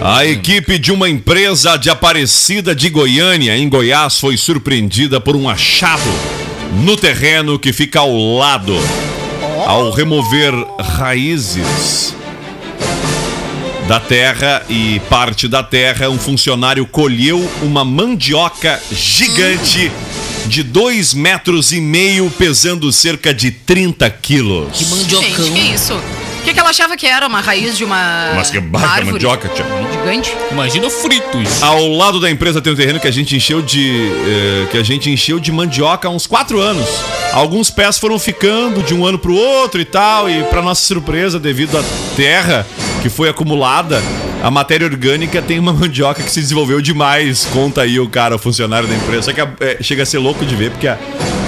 Speaker 5: A equipe de uma empresa de Aparecida de Goiânia, em Goiás, foi surpreendida por um achado no terreno que fica ao lado. Ao remover raízes da terra e parte da terra, um funcionário colheu uma mandioca gigante de 2 metros e meio, pesando cerca de 30 quilos.
Speaker 7: Que
Speaker 6: Gente, que
Speaker 7: mandiocão.
Speaker 6: isso? O que, que ela achava que era? Uma raiz de uma.
Speaker 5: Mas que baita
Speaker 6: árvore
Speaker 5: mandioca, tia.
Speaker 6: Gigante.
Speaker 7: Imagina fritos.
Speaker 5: Ao lado da empresa tem um terreno que a gente encheu de eh, que a gente encheu de mandioca há uns quatro anos. Alguns pés foram ficando de um ano pro outro e tal, e para nossa surpresa, devido à terra que foi acumulada, a matéria orgânica tem uma mandioca que se desenvolveu demais. Conta aí o cara, o funcionário da empresa. Só que a- eh, chega a ser louco de ver, porque a,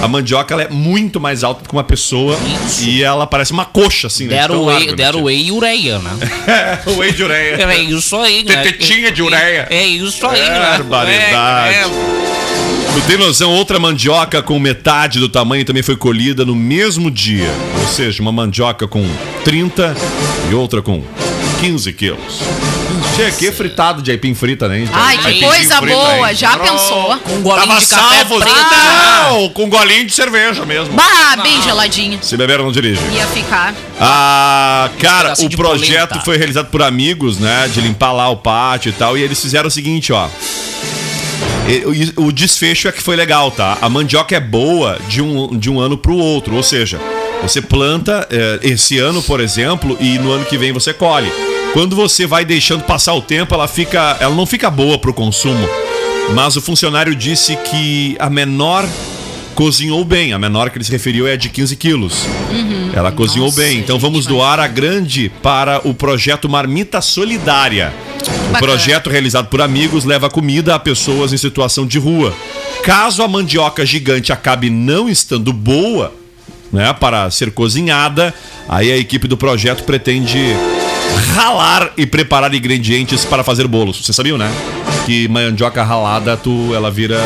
Speaker 5: a mandioca ela é muito mais alta do que uma pessoa
Speaker 7: Isso.
Speaker 5: e ela parece uma coxa, assim, né?
Speaker 7: Deram
Speaker 5: Tão largo,
Speaker 7: whey,
Speaker 5: né,
Speaker 7: deram
Speaker 5: tipo?
Speaker 7: whey e ureia, né?
Speaker 5: o whey de ureia.
Speaker 7: É isso aí, né?
Speaker 5: Tetetinha de ureia.
Speaker 7: É isso aí,
Speaker 5: É,
Speaker 7: né?
Speaker 5: barbaridade.
Speaker 7: É, é.
Speaker 5: Tu tem noção, outra mandioca com metade do tamanho também foi colhida no mesmo dia. Ou seja, uma mandioca com 30 e outra com 15 quilos. Tinha que fritado de aipim frita, né? Então,
Speaker 6: Ai, que
Speaker 5: aipim
Speaker 6: coisa
Speaker 5: frita,
Speaker 6: boa,
Speaker 5: hein?
Speaker 6: já
Speaker 5: Pro-
Speaker 6: pensou?
Speaker 7: Com um golinho
Speaker 5: Tava
Speaker 7: de café
Speaker 5: salvo,
Speaker 7: preto.
Speaker 5: não, com golinho de cerveja mesmo.
Speaker 6: Bah, bem geladinho.
Speaker 5: Se beber, não dirige.
Speaker 6: Ia ficar.
Speaker 5: Ah, cara,
Speaker 7: pedacinho
Speaker 5: o
Speaker 7: de
Speaker 5: projeto
Speaker 7: polenta.
Speaker 5: foi realizado por amigos, né? De limpar lá o pátio e tal. E eles fizeram o seguinte, ó. E- O o desfecho é que foi legal, tá? A mandioca é boa de um, de um ano pro outro. Ou seja, você planta eh, esse ano, por exemplo, e no ano que vem você colhe. Quando você vai deixando passar o tempo, ela fica. Ela não fica boa pro consumo. Mas o funcionário disse que a menor cozinhou bem. A menor que ele se referiu é a de 15 quilos. Ela cozinhou
Speaker 6: Nossa,
Speaker 5: bem. Então vamos doar a grande para o projeto Marmita Solidária. O
Speaker 6: Bacana.
Speaker 5: projeto realizado por amigos leva comida a pessoas em situação de rua. Caso a mandioca gigante acabe não estando boa, né, para ser cozinhada, aí a equipe do projeto pretende ralar e preparar ingredientes para fazer bolos. Você sabiam, né? Que mandioca ralada, tu, ela vira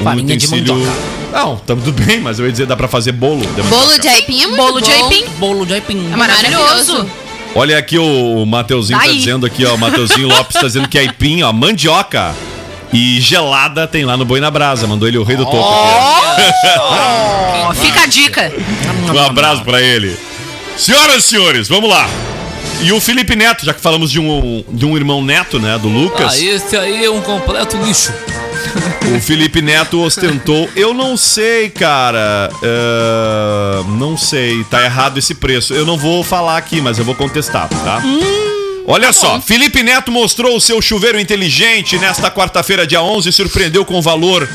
Speaker 5: um
Speaker 7: Farinha de
Speaker 5: utensílio-
Speaker 7: mandioca.
Speaker 5: Não, tá tudo bem, mas eu ia dizer dá para fazer bolo. de
Speaker 8: Bolo
Speaker 5: mandioca.
Speaker 8: de aipim é muito
Speaker 6: Bolo de
Speaker 8: bom.
Speaker 6: aipim.
Speaker 7: Bolo de aipim.
Speaker 6: É maravilhoso.
Speaker 5: Olha aqui o, o Mateuzinho
Speaker 6: Tá
Speaker 5: tá
Speaker 6: aí.
Speaker 5: dizendo aqui, ó. O Mateuzinho Lopes tá dizendo que aipim, ó, mandioca e gelada tem lá no Boi na Brasa. Mandou ele o rei do topo. aqui,
Speaker 6: Ó, fica a dica.
Speaker 5: ó. Um abraço pra ele. Senhoras e senhores, vamos lá. E o Felipe Neto, já que falamos de um, de um irmão neto, né, do Lucas.
Speaker 7: Ah, esse aí é um completo lixo.
Speaker 5: O Felipe Neto ostentou. Eu não sei, cara. Ah, não sei. Tá errado esse preço. Eu não vou falar aqui, mas eu vou contestar, tá? Olha só, Felipe Neto mostrou o seu chuveiro inteligente nesta quarta-feira, dia 11, e surpreendeu com o valor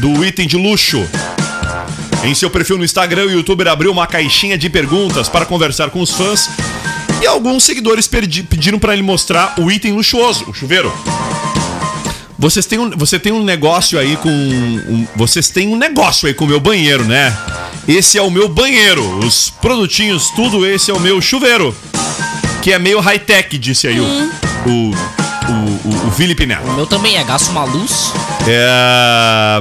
Speaker 5: do item de luxo. Em seu perfil no Instagram, o youtuber abriu uma caixinha de perguntas para conversar com os fãs e alguns seguidores perdi- pediram para ele mostrar o item luxuoso, o chuveiro. Vocês têm um, você tem um negócio aí com. um- vocês têm um negócio aí com o meu banheiro, né? Esse é o meu banheiro. Os produtinhos, tudo esse é o meu chuveiro. Que é meio high-tech, disse aí o- o, o, o, o Felipe Neto.
Speaker 7: O meu também é, gasta uma luz.
Speaker 5: É,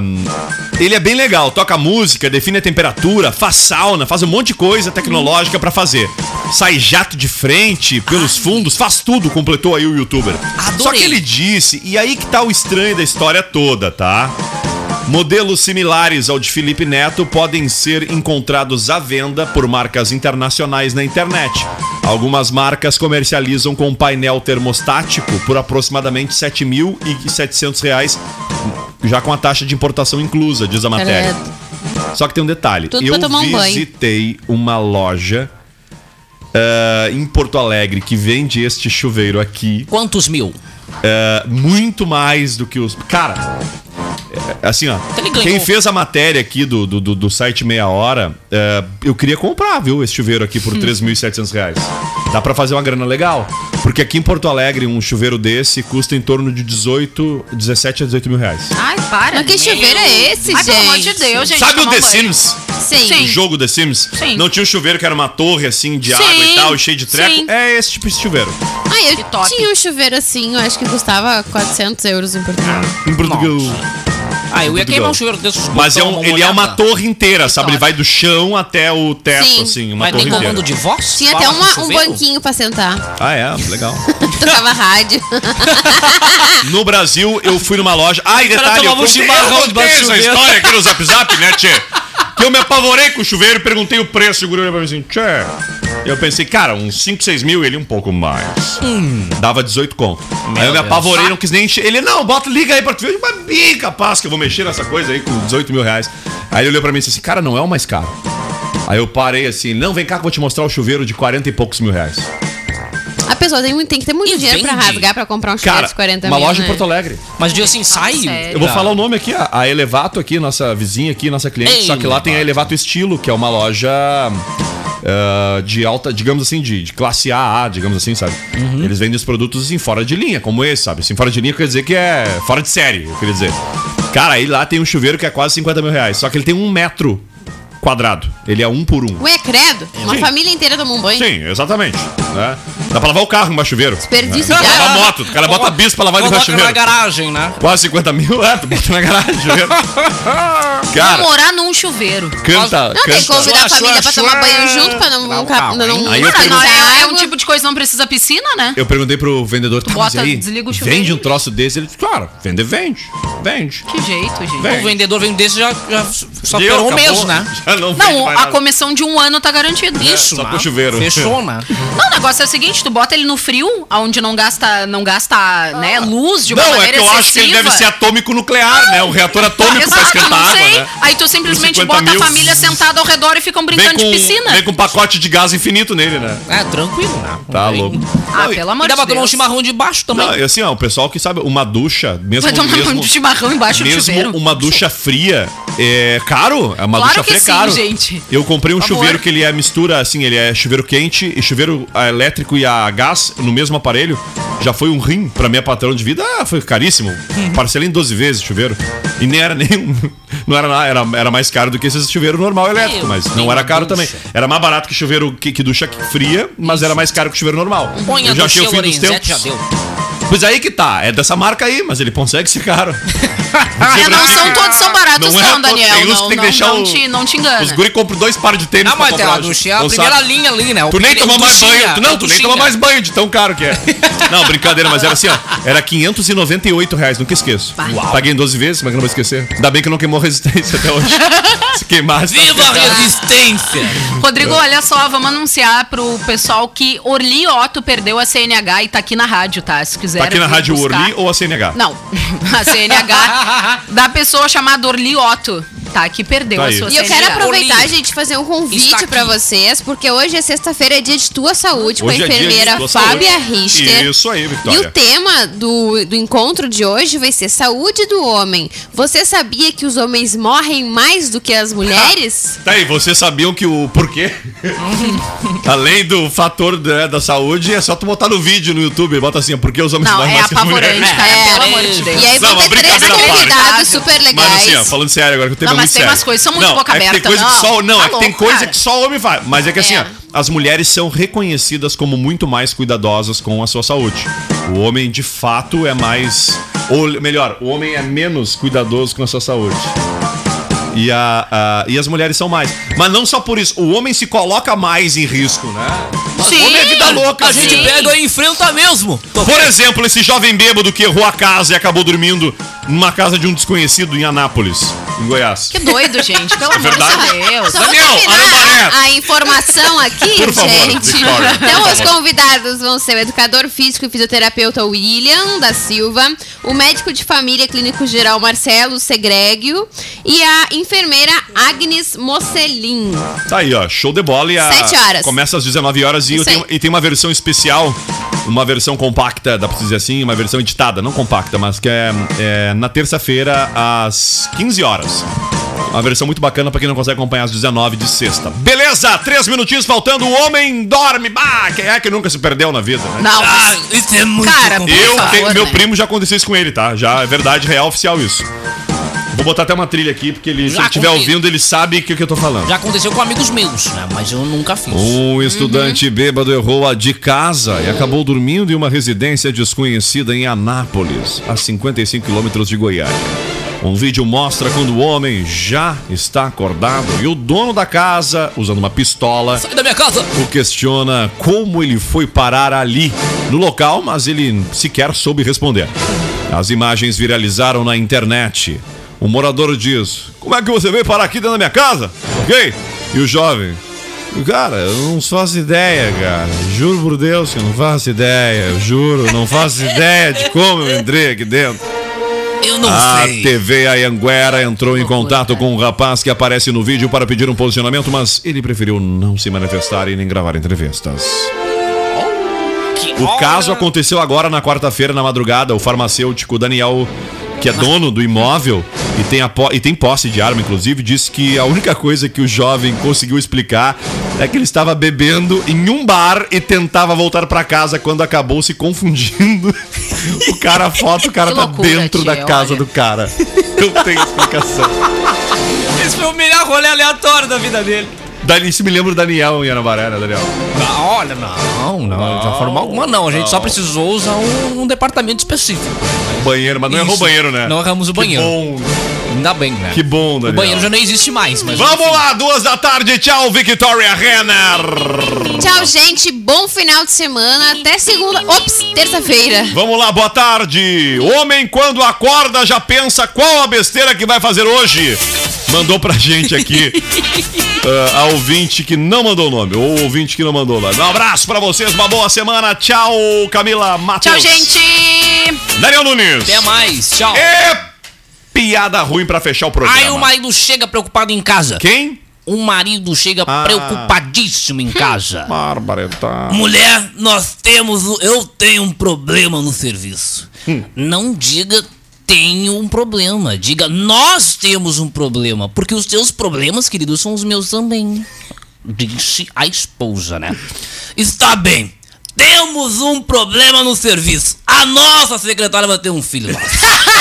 Speaker 5: Ele é bem legal, toca música, define a temperatura, faz sauna, faz um monte de coisa tecnológica pra fazer. Sai jato de frente, pelos fundos, faz tudo, completou aí o youtuber.
Speaker 7: Adorei.
Speaker 5: Só que ele disse, e aí que tá o estranho da história toda, tá? Modelos similares ao de Felipe Neto podem ser encontrados à venda por marcas internacionais na internet. Algumas marcas comercializam com um painel termostático por aproximadamente R$ 7.700, reais, já com a taxa de importação inclusa, diz a matéria. Só que tem um detalhe.
Speaker 6: Tudo pra
Speaker 5: eu
Speaker 6: tomar um banho.
Speaker 5: visitei uma loja ah, em Porto Alegre que vende este chuveiro aqui
Speaker 7: Quantos mil?
Speaker 5: é, muito mais do que os. Cara, é, assim, ó.
Speaker 6: Então
Speaker 7: Ele ganhou.
Speaker 5: Quem fez a matéria aqui do, do, do- do site Meia Hora, é, eu queria comprar, viu, esse chuveiro aqui por R$ 3.700 reais. Dá pra fazer uma grana legal. Porque aqui em Porto Alegre, um chuveiro desse custa em torno de 18, 17 a 18 mil reais.
Speaker 6: Ai, para.
Speaker 8: Mas que chuveiro é esse,
Speaker 6: Ai,
Speaker 8: gente?
Speaker 6: pelo amor de Deus, gente.
Speaker 5: Sabe o
Speaker 6: tomar
Speaker 5: The
Speaker 6: um banho.
Speaker 5: Sims?
Speaker 8: é- Sim.
Speaker 5: O jogo The Sims?
Speaker 6: Sim.
Speaker 5: Não tinha um chuveiro que era uma torre assim de
Speaker 6: Sim.
Speaker 5: água e tal, cheio de treco?
Speaker 6: Sim.
Speaker 5: É esse tipo de chuveiro.
Speaker 8: Ah, eu
Speaker 6: Que top.
Speaker 8: tinha um chuveiro assim, eu acho que custava 400 euros em Portugal.
Speaker 5: Em Portugal.
Speaker 7: Ah, eu ia
Speaker 5: Muito
Speaker 7: queimar
Speaker 5: bom.
Speaker 7: um chuveiro desses.
Speaker 5: Mas é
Speaker 7: botar
Speaker 5: um, ele é uma
Speaker 7: molhada.
Speaker 5: torre inteira, sabe? Ele
Speaker 7: top.
Speaker 5: vai do chão até o teto,
Speaker 8: Sim.
Speaker 5: assim, uma
Speaker 7: Mas
Speaker 5: torre
Speaker 7: tem
Speaker 5: inteira.
Speaker 7: comando de voz?
Speaker 8: Tinha
Speaker 7: Fala
Speaker 8: até
Speaker 7: com
Speaker 8: uma- um
Speaker 7: chuveiro?
Speaker 8: banquinho pra sentar.
Speaker 5: Ah, é? Legal.
Speaker 8: Tocava rádio.
Speaker 5: No Brasil, eu fui numa loja. Ah, e
Speaker 7: cara
Speaker 5: detalhe, eu
Speaker 7: tomava um
Speaker 5: contei,
Speaker 7: chimarrão
Speaker 5: eu contei
Speaker 7: debaixo do
Speaker 5: essa
Speaker 7: chuveiro.
Speaker 5: história aqui no Zap Zap, né, Tchê? Que eu me apavorei com o chuveiro, perguntei o preço, o guru olhou pra mim assim, Tchê. Eu pensei, cara, uns 5, 6 mil, ele um pouco mais. Dava 18 conto. aí eu me
Speaker 7: Deus.
Speaker 5: apavorei, não quis nem encher. Ele, não, bota, liga aí pra tu ver. Eu, Mas bem capaz que eu vou mexer nessa coisa aí com 18 mil reais. Aí ele olhou pra mim e disse assim, cara, não é o mais caro. Aí eu parei assim, não, vem cá que eu vou te mostrar o chuveiro de 40 e poucos mil reais.
Speaker 8: A pessoa tem, muito- tem que ter muito
Speaker 7: E
Speaker 8: dinheiro pra
Speaker 7: vende.
Speaker 8: rasgar pra comprar um chuveiro
Speaker 5: Cara,
Speaker 8: de 40
Speaker 5: uma
Speaker 8: mil.
Speaker 5: loja
Speaker 8: né?
Speaker 5: em Porto Alegre.
Speaker 7: Mas diz assim, sai.
Speaker 6: sério.
Speaker 5: Eu vou
Speaker 7: Tá.
Speaker 5: falar o nome aqui, a- a Elevato aqui, nossa vizinha aqui, nossa cliente,
Speaker 7: Ei,
Speaker 5: só que lá tem a Elevato Estilo, que é uma loja ah, de alta, digamos assim, de, de classe AA, digamos assim, sabe? Eles vendem os produtos assim, fora de linha, como esse, sabe? Assim, fora de linha quer dizer que é fora de série, eu queria dizer. Cara, aí lá tem um chuveiro que é quase 50 mil reais, só que ele tem um metro quadrado, ele é um por um.
Speaker 8: Ué, credo. Uma
Speaker 5: Sim.
Speaker 8: família inteira toma um banho.
Speaker 5: Sim, exatamente. né? Dá pra lavar o carro embaixo do chuveiro.
Speaker 8: Desperdício
Speaker 5: Dá
Speaker 8: de
Speaker 5: pra lavar a
Speaker 8: água.
Speaker 5: moto, o cara bota a bis pra lavar embaixo do
Speaker 7: Coloca na
Speaker 5: chuveiro.
Speaker 7: garagem, né?
Speaker 5: Quase 50 mil, é, tu bota na garagem. viu?
Speaker 6: Vou
Speaker 5: Cara,
Speaker 6: morar num chuveiro.
Speaker 5: canta,
Speaker 8: Não tem que
Speaker 5: canta.
Speaker 8: convidar
Speaker 7: Sua,
Speaker 8: a
Speaker 7: sua,
Speaker 8: família pra
Speaker 7: sua.
Speaker 8: tomar banho junto, pra não...
Speaker 7: Calma,
Speaker 8: nunca-
Speaker 7: calma,
Speaker 8: não,
Speaker 5: Aí eu
Speaker 8: pra
Speaker 5: pergunto-
Speaker 6: Não,
Speaker 8: usar
Speaker 6: é, é um
Speaker 8: água.
Speaker 6: tipo de coisa que não precisa piscina, né?
Speaker 5: Eu perguntei pro vendedor, tá, mas
Speaker 6: bota,
Speaker 5: aí,
Speaker 6: desliga o chuveiro.
Speaker 5: vende um troço desse? Ele disse, claro, vender vende, vende.
Speaker 6: Que jeito, gente.
Speaker 5: Vem.
Speaker 7: O vendedor vem desse já, já só
Speaker 5: É. Deu,
Speaker 7: por um
Speaker 5: acabou,
Speaker 7: mês, né?
Speaker 5: Já não, vende
Speaker 6: Não,
Speaker 5: mais
Speaker 6: a
Speaker 5: nada.
Speaker 6: comissão de um ano tá garantida.
Speaker 7: Isso,
Speaker 5: É, só
Speaker 7: né?
Speaker 5: pro chuveiro.
Speaker 7: Fechou, né?
Speaker 6: Não, o negócio é o seguinte, tu bota ele no frio, onde não gasta, não gasta, né, luz de uma
Speaker 5: Não, é
Speaker 6: maneira
Speaker 5: que eu acho que ele
Speaker 6: excessiva.
Speaker 5: deve ser atômico nuclear, né? Um reator atômico pra
Speaker 6: Exato,
Speaker 5: esquentar
Speaker 6: não
Speaker 5: água,
Speaker 6: sei.
Speaker 5: né?
Speaker 6: Aí tu simplesmente
Speaker 5: 50
Speaker 6: bota
Speaker 5: mil.
Speaker 6: a família sentada ao redor e ficam
Speaker 5: Vem
Speaker 6: brincando de
Speaker 5: com,
Speaker 6: piscina.
Speaker 5: vem com um pacote de gás infinito nele, né?
Speaker 7: É, tranquilo, né?
Speaker 5: Tá
Speaker 7: Aí-
Speaker 5: louco.
Speaker 6: Ah,
Speaker 5: Não, e-
Speaker 7: E
Speaker 6: pelo amor
Speaker 7: dá
Speaker 6: de
Speaker 7: pra
Speaker 6: Deus.
Speaker 7: tomar um chimarrão de baixo também.
Speaker 5: Não, e assim, ó, o pessoal que sabe, uma ducha, mesmo,
Speaker 6: Vai tomar
Speaker 5: mesmo,
Speaker 6: um chimarrão embaixo do
Speaker 5: mesmo
Speaker 6: chuveiro.
Speaker 5: uma ducha fria, é caro. É uma
Speaker 6: Claro
Speaker 5: ducha
Speaker 6: que
Speaker 5: fria
Speaker 6: sim,
Speaker 5: é caro.
Speaker 6: gente.
Speaker 5: Eu comprei um
Speaker 6: Por favor.
Speaker 5: chuveiro que ele é mistura, assim, ele é chuveiro quente e chuveiro a elétrico e a gás no mesmo aparelho. Já foi um rim pra minha patrão de vida. Ah, foi caríssimo.
Speaker 6: Uhum.
Speaker 5: Parcelei em 12 vezes o chuveiro. E nem era nenhum. Não era nada, era, era mais caro do que esse chuveiro normal elétrico,
Speaker 7: Meu
Speaker 5: mas não
Speaker 7: Deus,
Speaker 5: era caro
Speaker 7: ducha.
Speaker 5: também. Era mais barato que chuveiro que, que ducha fria, mas era mais caro que chuveiro normal.
Speaker 7: Põe a
Speaker 5: Eu já
Speaker 7: do
Speaker 5: achei o
Speaker 7: seu
Speaker 5: fim dos
Speaker 7: Lorenzetti,
Speaker 5: tempos.
Speaker 7: já deu.
Speaker 5: Pois aí que tá, é dessa marca aí, mas ele consegue ser caro.
Speaker 6: É, não são todos são baratos,
Speaker 5: Não
Speaker 6: não,
Speaker 5: é todo-
Speaker 6: Daniel.
Speaker 5: tem uns
Speaker 6: não,
Speaker 5: que tem que
Speaker 6: não,
Speaker 5: deixar
Speaker 6: não
Speaker 5: o-
Speaker 6: te, não te engana.
Speaker 5: Os guri compram dois pares de tênis
Speaker 7: Não, Ah, mas
Speaker 5: pra
Speaker 7: tem
Speaker 5: comprar,
Speaker 7: a do Xia, a
Speaker 5: não
Speaker 7: primeira
Speaker 5: sabe?
Speaker 7: linha ali, né? O
Speaker 5: Tu nem
Speaker 7: primeiro-
Speaker 5: tomou
Speaker 7: do
Speaker 5: mais
Speaker 7: Xia,
Speaker 5: banho, tu, não,
Speaker 7: o
Speaker 5: tu
Speaker 7: do
Speaker 5: nem
Speaker 7: Xia.
Speaker 5: tomou mais banho de tão caro que é. Não, brincadeira, mas era assim, ó. Era 598 reais, nunca esqueço. Paguei em 12 vezes, mas não vou esquecer. Ainda bem que não queimou resistência até hoje. Se queimasse. tá tava
Speaker 7: Viva a
Speaker 5: ferrado.
Speaker 7: resistência!
Speaker 6: Rodrigo, olha só, vamos anunciar pro pessoal que Orli Otto perdeu a CNH e tá aqui na rádio, tá? Se quiser.
Speaker 5: Tá aqui na rádio Orly ou a CNH?
Speaker 6: Não, a CNH da pessoa chamada Orli Otto, tá? Que perdeu
Speaker 5: Tá
Speaker 6: a
Speaker 5: aí.
Speaker 6: sua
Speaker 8: E eu
Speaker 6: CNH.
Speaker 8: quero aproveitar,
Speaker 7: Olívia,
Speaker 8: gente, fazer um
Speaker 7: está
Speaker 8: convite
Speaker 7: aqui.
Speaker 8: pra vocês, porque hoje é sexta-feira, é dia de tua saúde, com a
Speaker 5: Hoje é dia de
Speaker 8: enfermeira
Speaker 5: tua
Speaker 8: Fábia
Speaker 5: saúde.
Speaker 8: Richter.
Speaker 5: Isso aí,
Speaker 8: E
Speaker 5: Vitória.
Speaker 8: o tema do, do encontro de hoje vai ser saúde do homem. Você sabia que os homens morrem mais do que as mulheres?
Speaker 5: Tá aí, vocês sabiam que o porquê? Além do fator da, da saúde, é só tu botar no vídeo no YouTube, bota assim, porque os homens
Speaker 6: Não,
Speaker 5: morrem
Speaker 6: é
Speaker 5: mais que as
Speaker 6: apavorante,
Speaker 5: mulheres.
Speaker 6: cara. Pelo amor de Deus.
Speaker 8: E
Speaker 5: Não,
Speaker 8: aí vão ter
Speaker 5: mas
Speaker 8: três
Speaker 5: brincadeira à parte.
Speaker 8: convidados super legais.
Speaker 5: Mas assim, ó, falando sério agora, que o tema
Speaker 6: Não,
Speaker 5: é
Speaker 6: mas
Speaker 5: muito
Speaker 6: tem
Speaker 5: sério.
Speaker 6: umas coisas, são muito
Speaker 5: não,
Speaker 6: boca
Speaker 5: É que tem
Speaker 6: aberta,
Speaker 5: coisa que
Speaker 6: não.
Speaker 5: só, não,
Speaker 6: Tá
Speaker 5: é que tem
Speaker 6: louco,
Speaker 5: coisa
Speaker 6: cara.
Speaker 5: que só homem faz. Mas é que assim,
Speaker 8: É.
Speaker 5: ó, as mulheres são reconhecidas como muito mais cuidadosas com a sua saúde. O homem, de fato, é mais. Ou melhor, o homem é menos cuidadoso com a sua saúde. E, a, a- e as mulheres são mais. Mas não só por isso. O homem se coloca mais em risco, né?
Speaker 6: Sim.
Speaker 5: Homem é vida louca.
Speaker 7: A gente
Speaker 5: assim.
Speaker 7: pega e enfrenta mesmo.
Speaker 5: Por exemplo, esse jovem bêbado que errou a casa e acabou dormindo numa casa de um desconhecido em Anápolis, em Goiás.
Speaker 6: Que é doido, gente. Pelo amor
Speaker 5: É verdade.
Speaker 6: de Deus.
Speaker 8: Só vou
Speaker 5: Daniel, Ana Maré.
Speaker 8: terminar a informação aqui,
Speaker 5: Por favor,
Speaker 8: gente.
Speaker 5: Victoria, por
Speaker 8: então, os
Speaker 5: favor.
Speaker 8: convidados vão ser o educador físico e fisioterapeuta William da Silva, o médico de família clínico geral Marcelo Segrégio e a enfermeira Agnes Mocelin.
Speaker 5: Tá aí, ó, show de bola. E a...
Speaker 8: Sete horas.
Speaker 5: Começa às 19 horas e, eu
Speaker 8: Isso
Speaker 5: tenho-
Speaker 8: aí.
Speaker 5: e tem uma versão especial, uma versão compacta, dá pra dizer assim, uma versão editada, não compacta, mas que é, é na terça-feira às 15 horas. Uma versão muito bacana pra quem não consegue acompanhar às 19 de sexta. Beleza, três minutinhos faltando, o homem dorme. Bah, quem é que nunca se perdeu na vida, né?
Speaker 6: Não,
Speaker 7: Ah, isso é muito
Speaker 6: Cara,
Speaker 7: complicado.
Speaker 5: Eu
Speaker 6: favor,
Speaker 5: tenho, meu
Speaker 6: né?
Speaker 5: primo já aconteceu isso com ele, tá? Já é verdade, real oficial isso. Vou botar até uma trilha aqui, porque ele, se
Speaker 7: Já
Speaker 5: ele estiver
Speaker 7: comigo.
Speaker 5: ouvindo, ele sabe o que, que eu tô falando.
Speaker 7: Já aconteceu com amigos meus, né? Mas eu nunca fiz.
Speaker 5: Um estudante bêbado errou a de casa e acabou dormindo em uma residência desconhecida em Anápolis, a 55 quilômetros de Goiânia. Um vídeo mostra quando o homem já está acordado e o dono da casa, usando uma pistola,
Speaker 7: Sai da minha casa!
Speaker 5: o questiona como ele foi parar ali, no local, mas ele sequer soube responder. As imagens viralizaram na internet. O morador diz: Como é que você veio parar aqui dentro da minha casa? Ok? E o jovem. Cara, eu não faço ideia, cara. Juro por Deus que eu não faço ideia. Juro, não faço ideia de como eu entrei aqui dentro.
Speaker 7: Eu não
Speaker 5: A
Speaker 7: sei.
Speaker 5: TV Anhanguera entrou em contato com um rapaz que aparece no vídeo para pedir um posicionamento, mas ele preferiu não se manifestar e nem gravar entrevistas. O caso aconteceu agora na quarta-feira, na madrugada. O farmacêutico Daniel, que é dono do imóvel e tem, a po- e tem posse de arma, inclusive, disse que a única coisa que o jovem conseguiu explicar é que ele estava bebendo em um bar e tentava voltar para casa quando acabou se confundindo. O cara, a foto, o cara
Speaker 6: Que
Speaker 5: tá
Speaker 6: loucura,
Speaker 5: dentro
Speaker 6: tia,
Speaker 5: da casa
Speaker 6: olha.
Speaker 5: do cara. Não tem explicação.
Speaker 7: Esse foi o melhor rolê aleatório da vida dele.
Speaker 5: Dali, isso me lembra o Daniel em Anabaré, né, Daniel?
Speaker 7: Ah, olha, não, não, de uma forma alguma não. A gente só precisou usar um, um departamento específico.
Speaker 5: Banheiro, mas não errou o
Speaker 7: Isso.
Speaker 5: banheiro, né?
Speaker 7: Não erramos o banheiro.
Speaker 5: Que bom,
Speaker 7: Ainda bem, né?
Speaker 5: que bom, Daniel.
Speaker 7: O banheiro já não existe mais, mas.
Speaker 5: Vamos lá, duas da tarde. Tchau, Victoria Renner.
Speaker 8: Tchau, gente. Bom final de semana. Até segunda. Ops, terça-feira.
Speaker 5: Vamos lá, boa tarde. Homem, quando acorda, já pensa qual a besteira que vai fazer hoje. Mandou pra gente aqui ah, a ouvinte que não mandou o nome, ou ouvinte que não mandou lá. Um abraço pra vocês, uma boa semana. Tchau, Camila Matos.
Speaker 6: Tchau, gente.
Speaker 5: Daniel Nunes.
Speaker 7: Até mais, tchau.
Speaker 5: E piada ruim pra fechar o programa.
Speaker 7: Aí o marido chega preocupado em casa.
Speaker 5: Quem?
Speaker 7: O marido chega
Speaker 5: Ah.
Speaker 7: preocupadíssimo em casa.
Speaker 5: Bárbara, tá.
Speaker 7: Mulher, nós temos. um- Eu tenho um problema no serviço. Não diga tenho um problema. Diga nós temos um problema. Porque os teus problemas, querido, são os meus também. Disse a esposa, né? Está bem. Temos um problema no serviço. A nossa secretária vai ter um filho. nosso.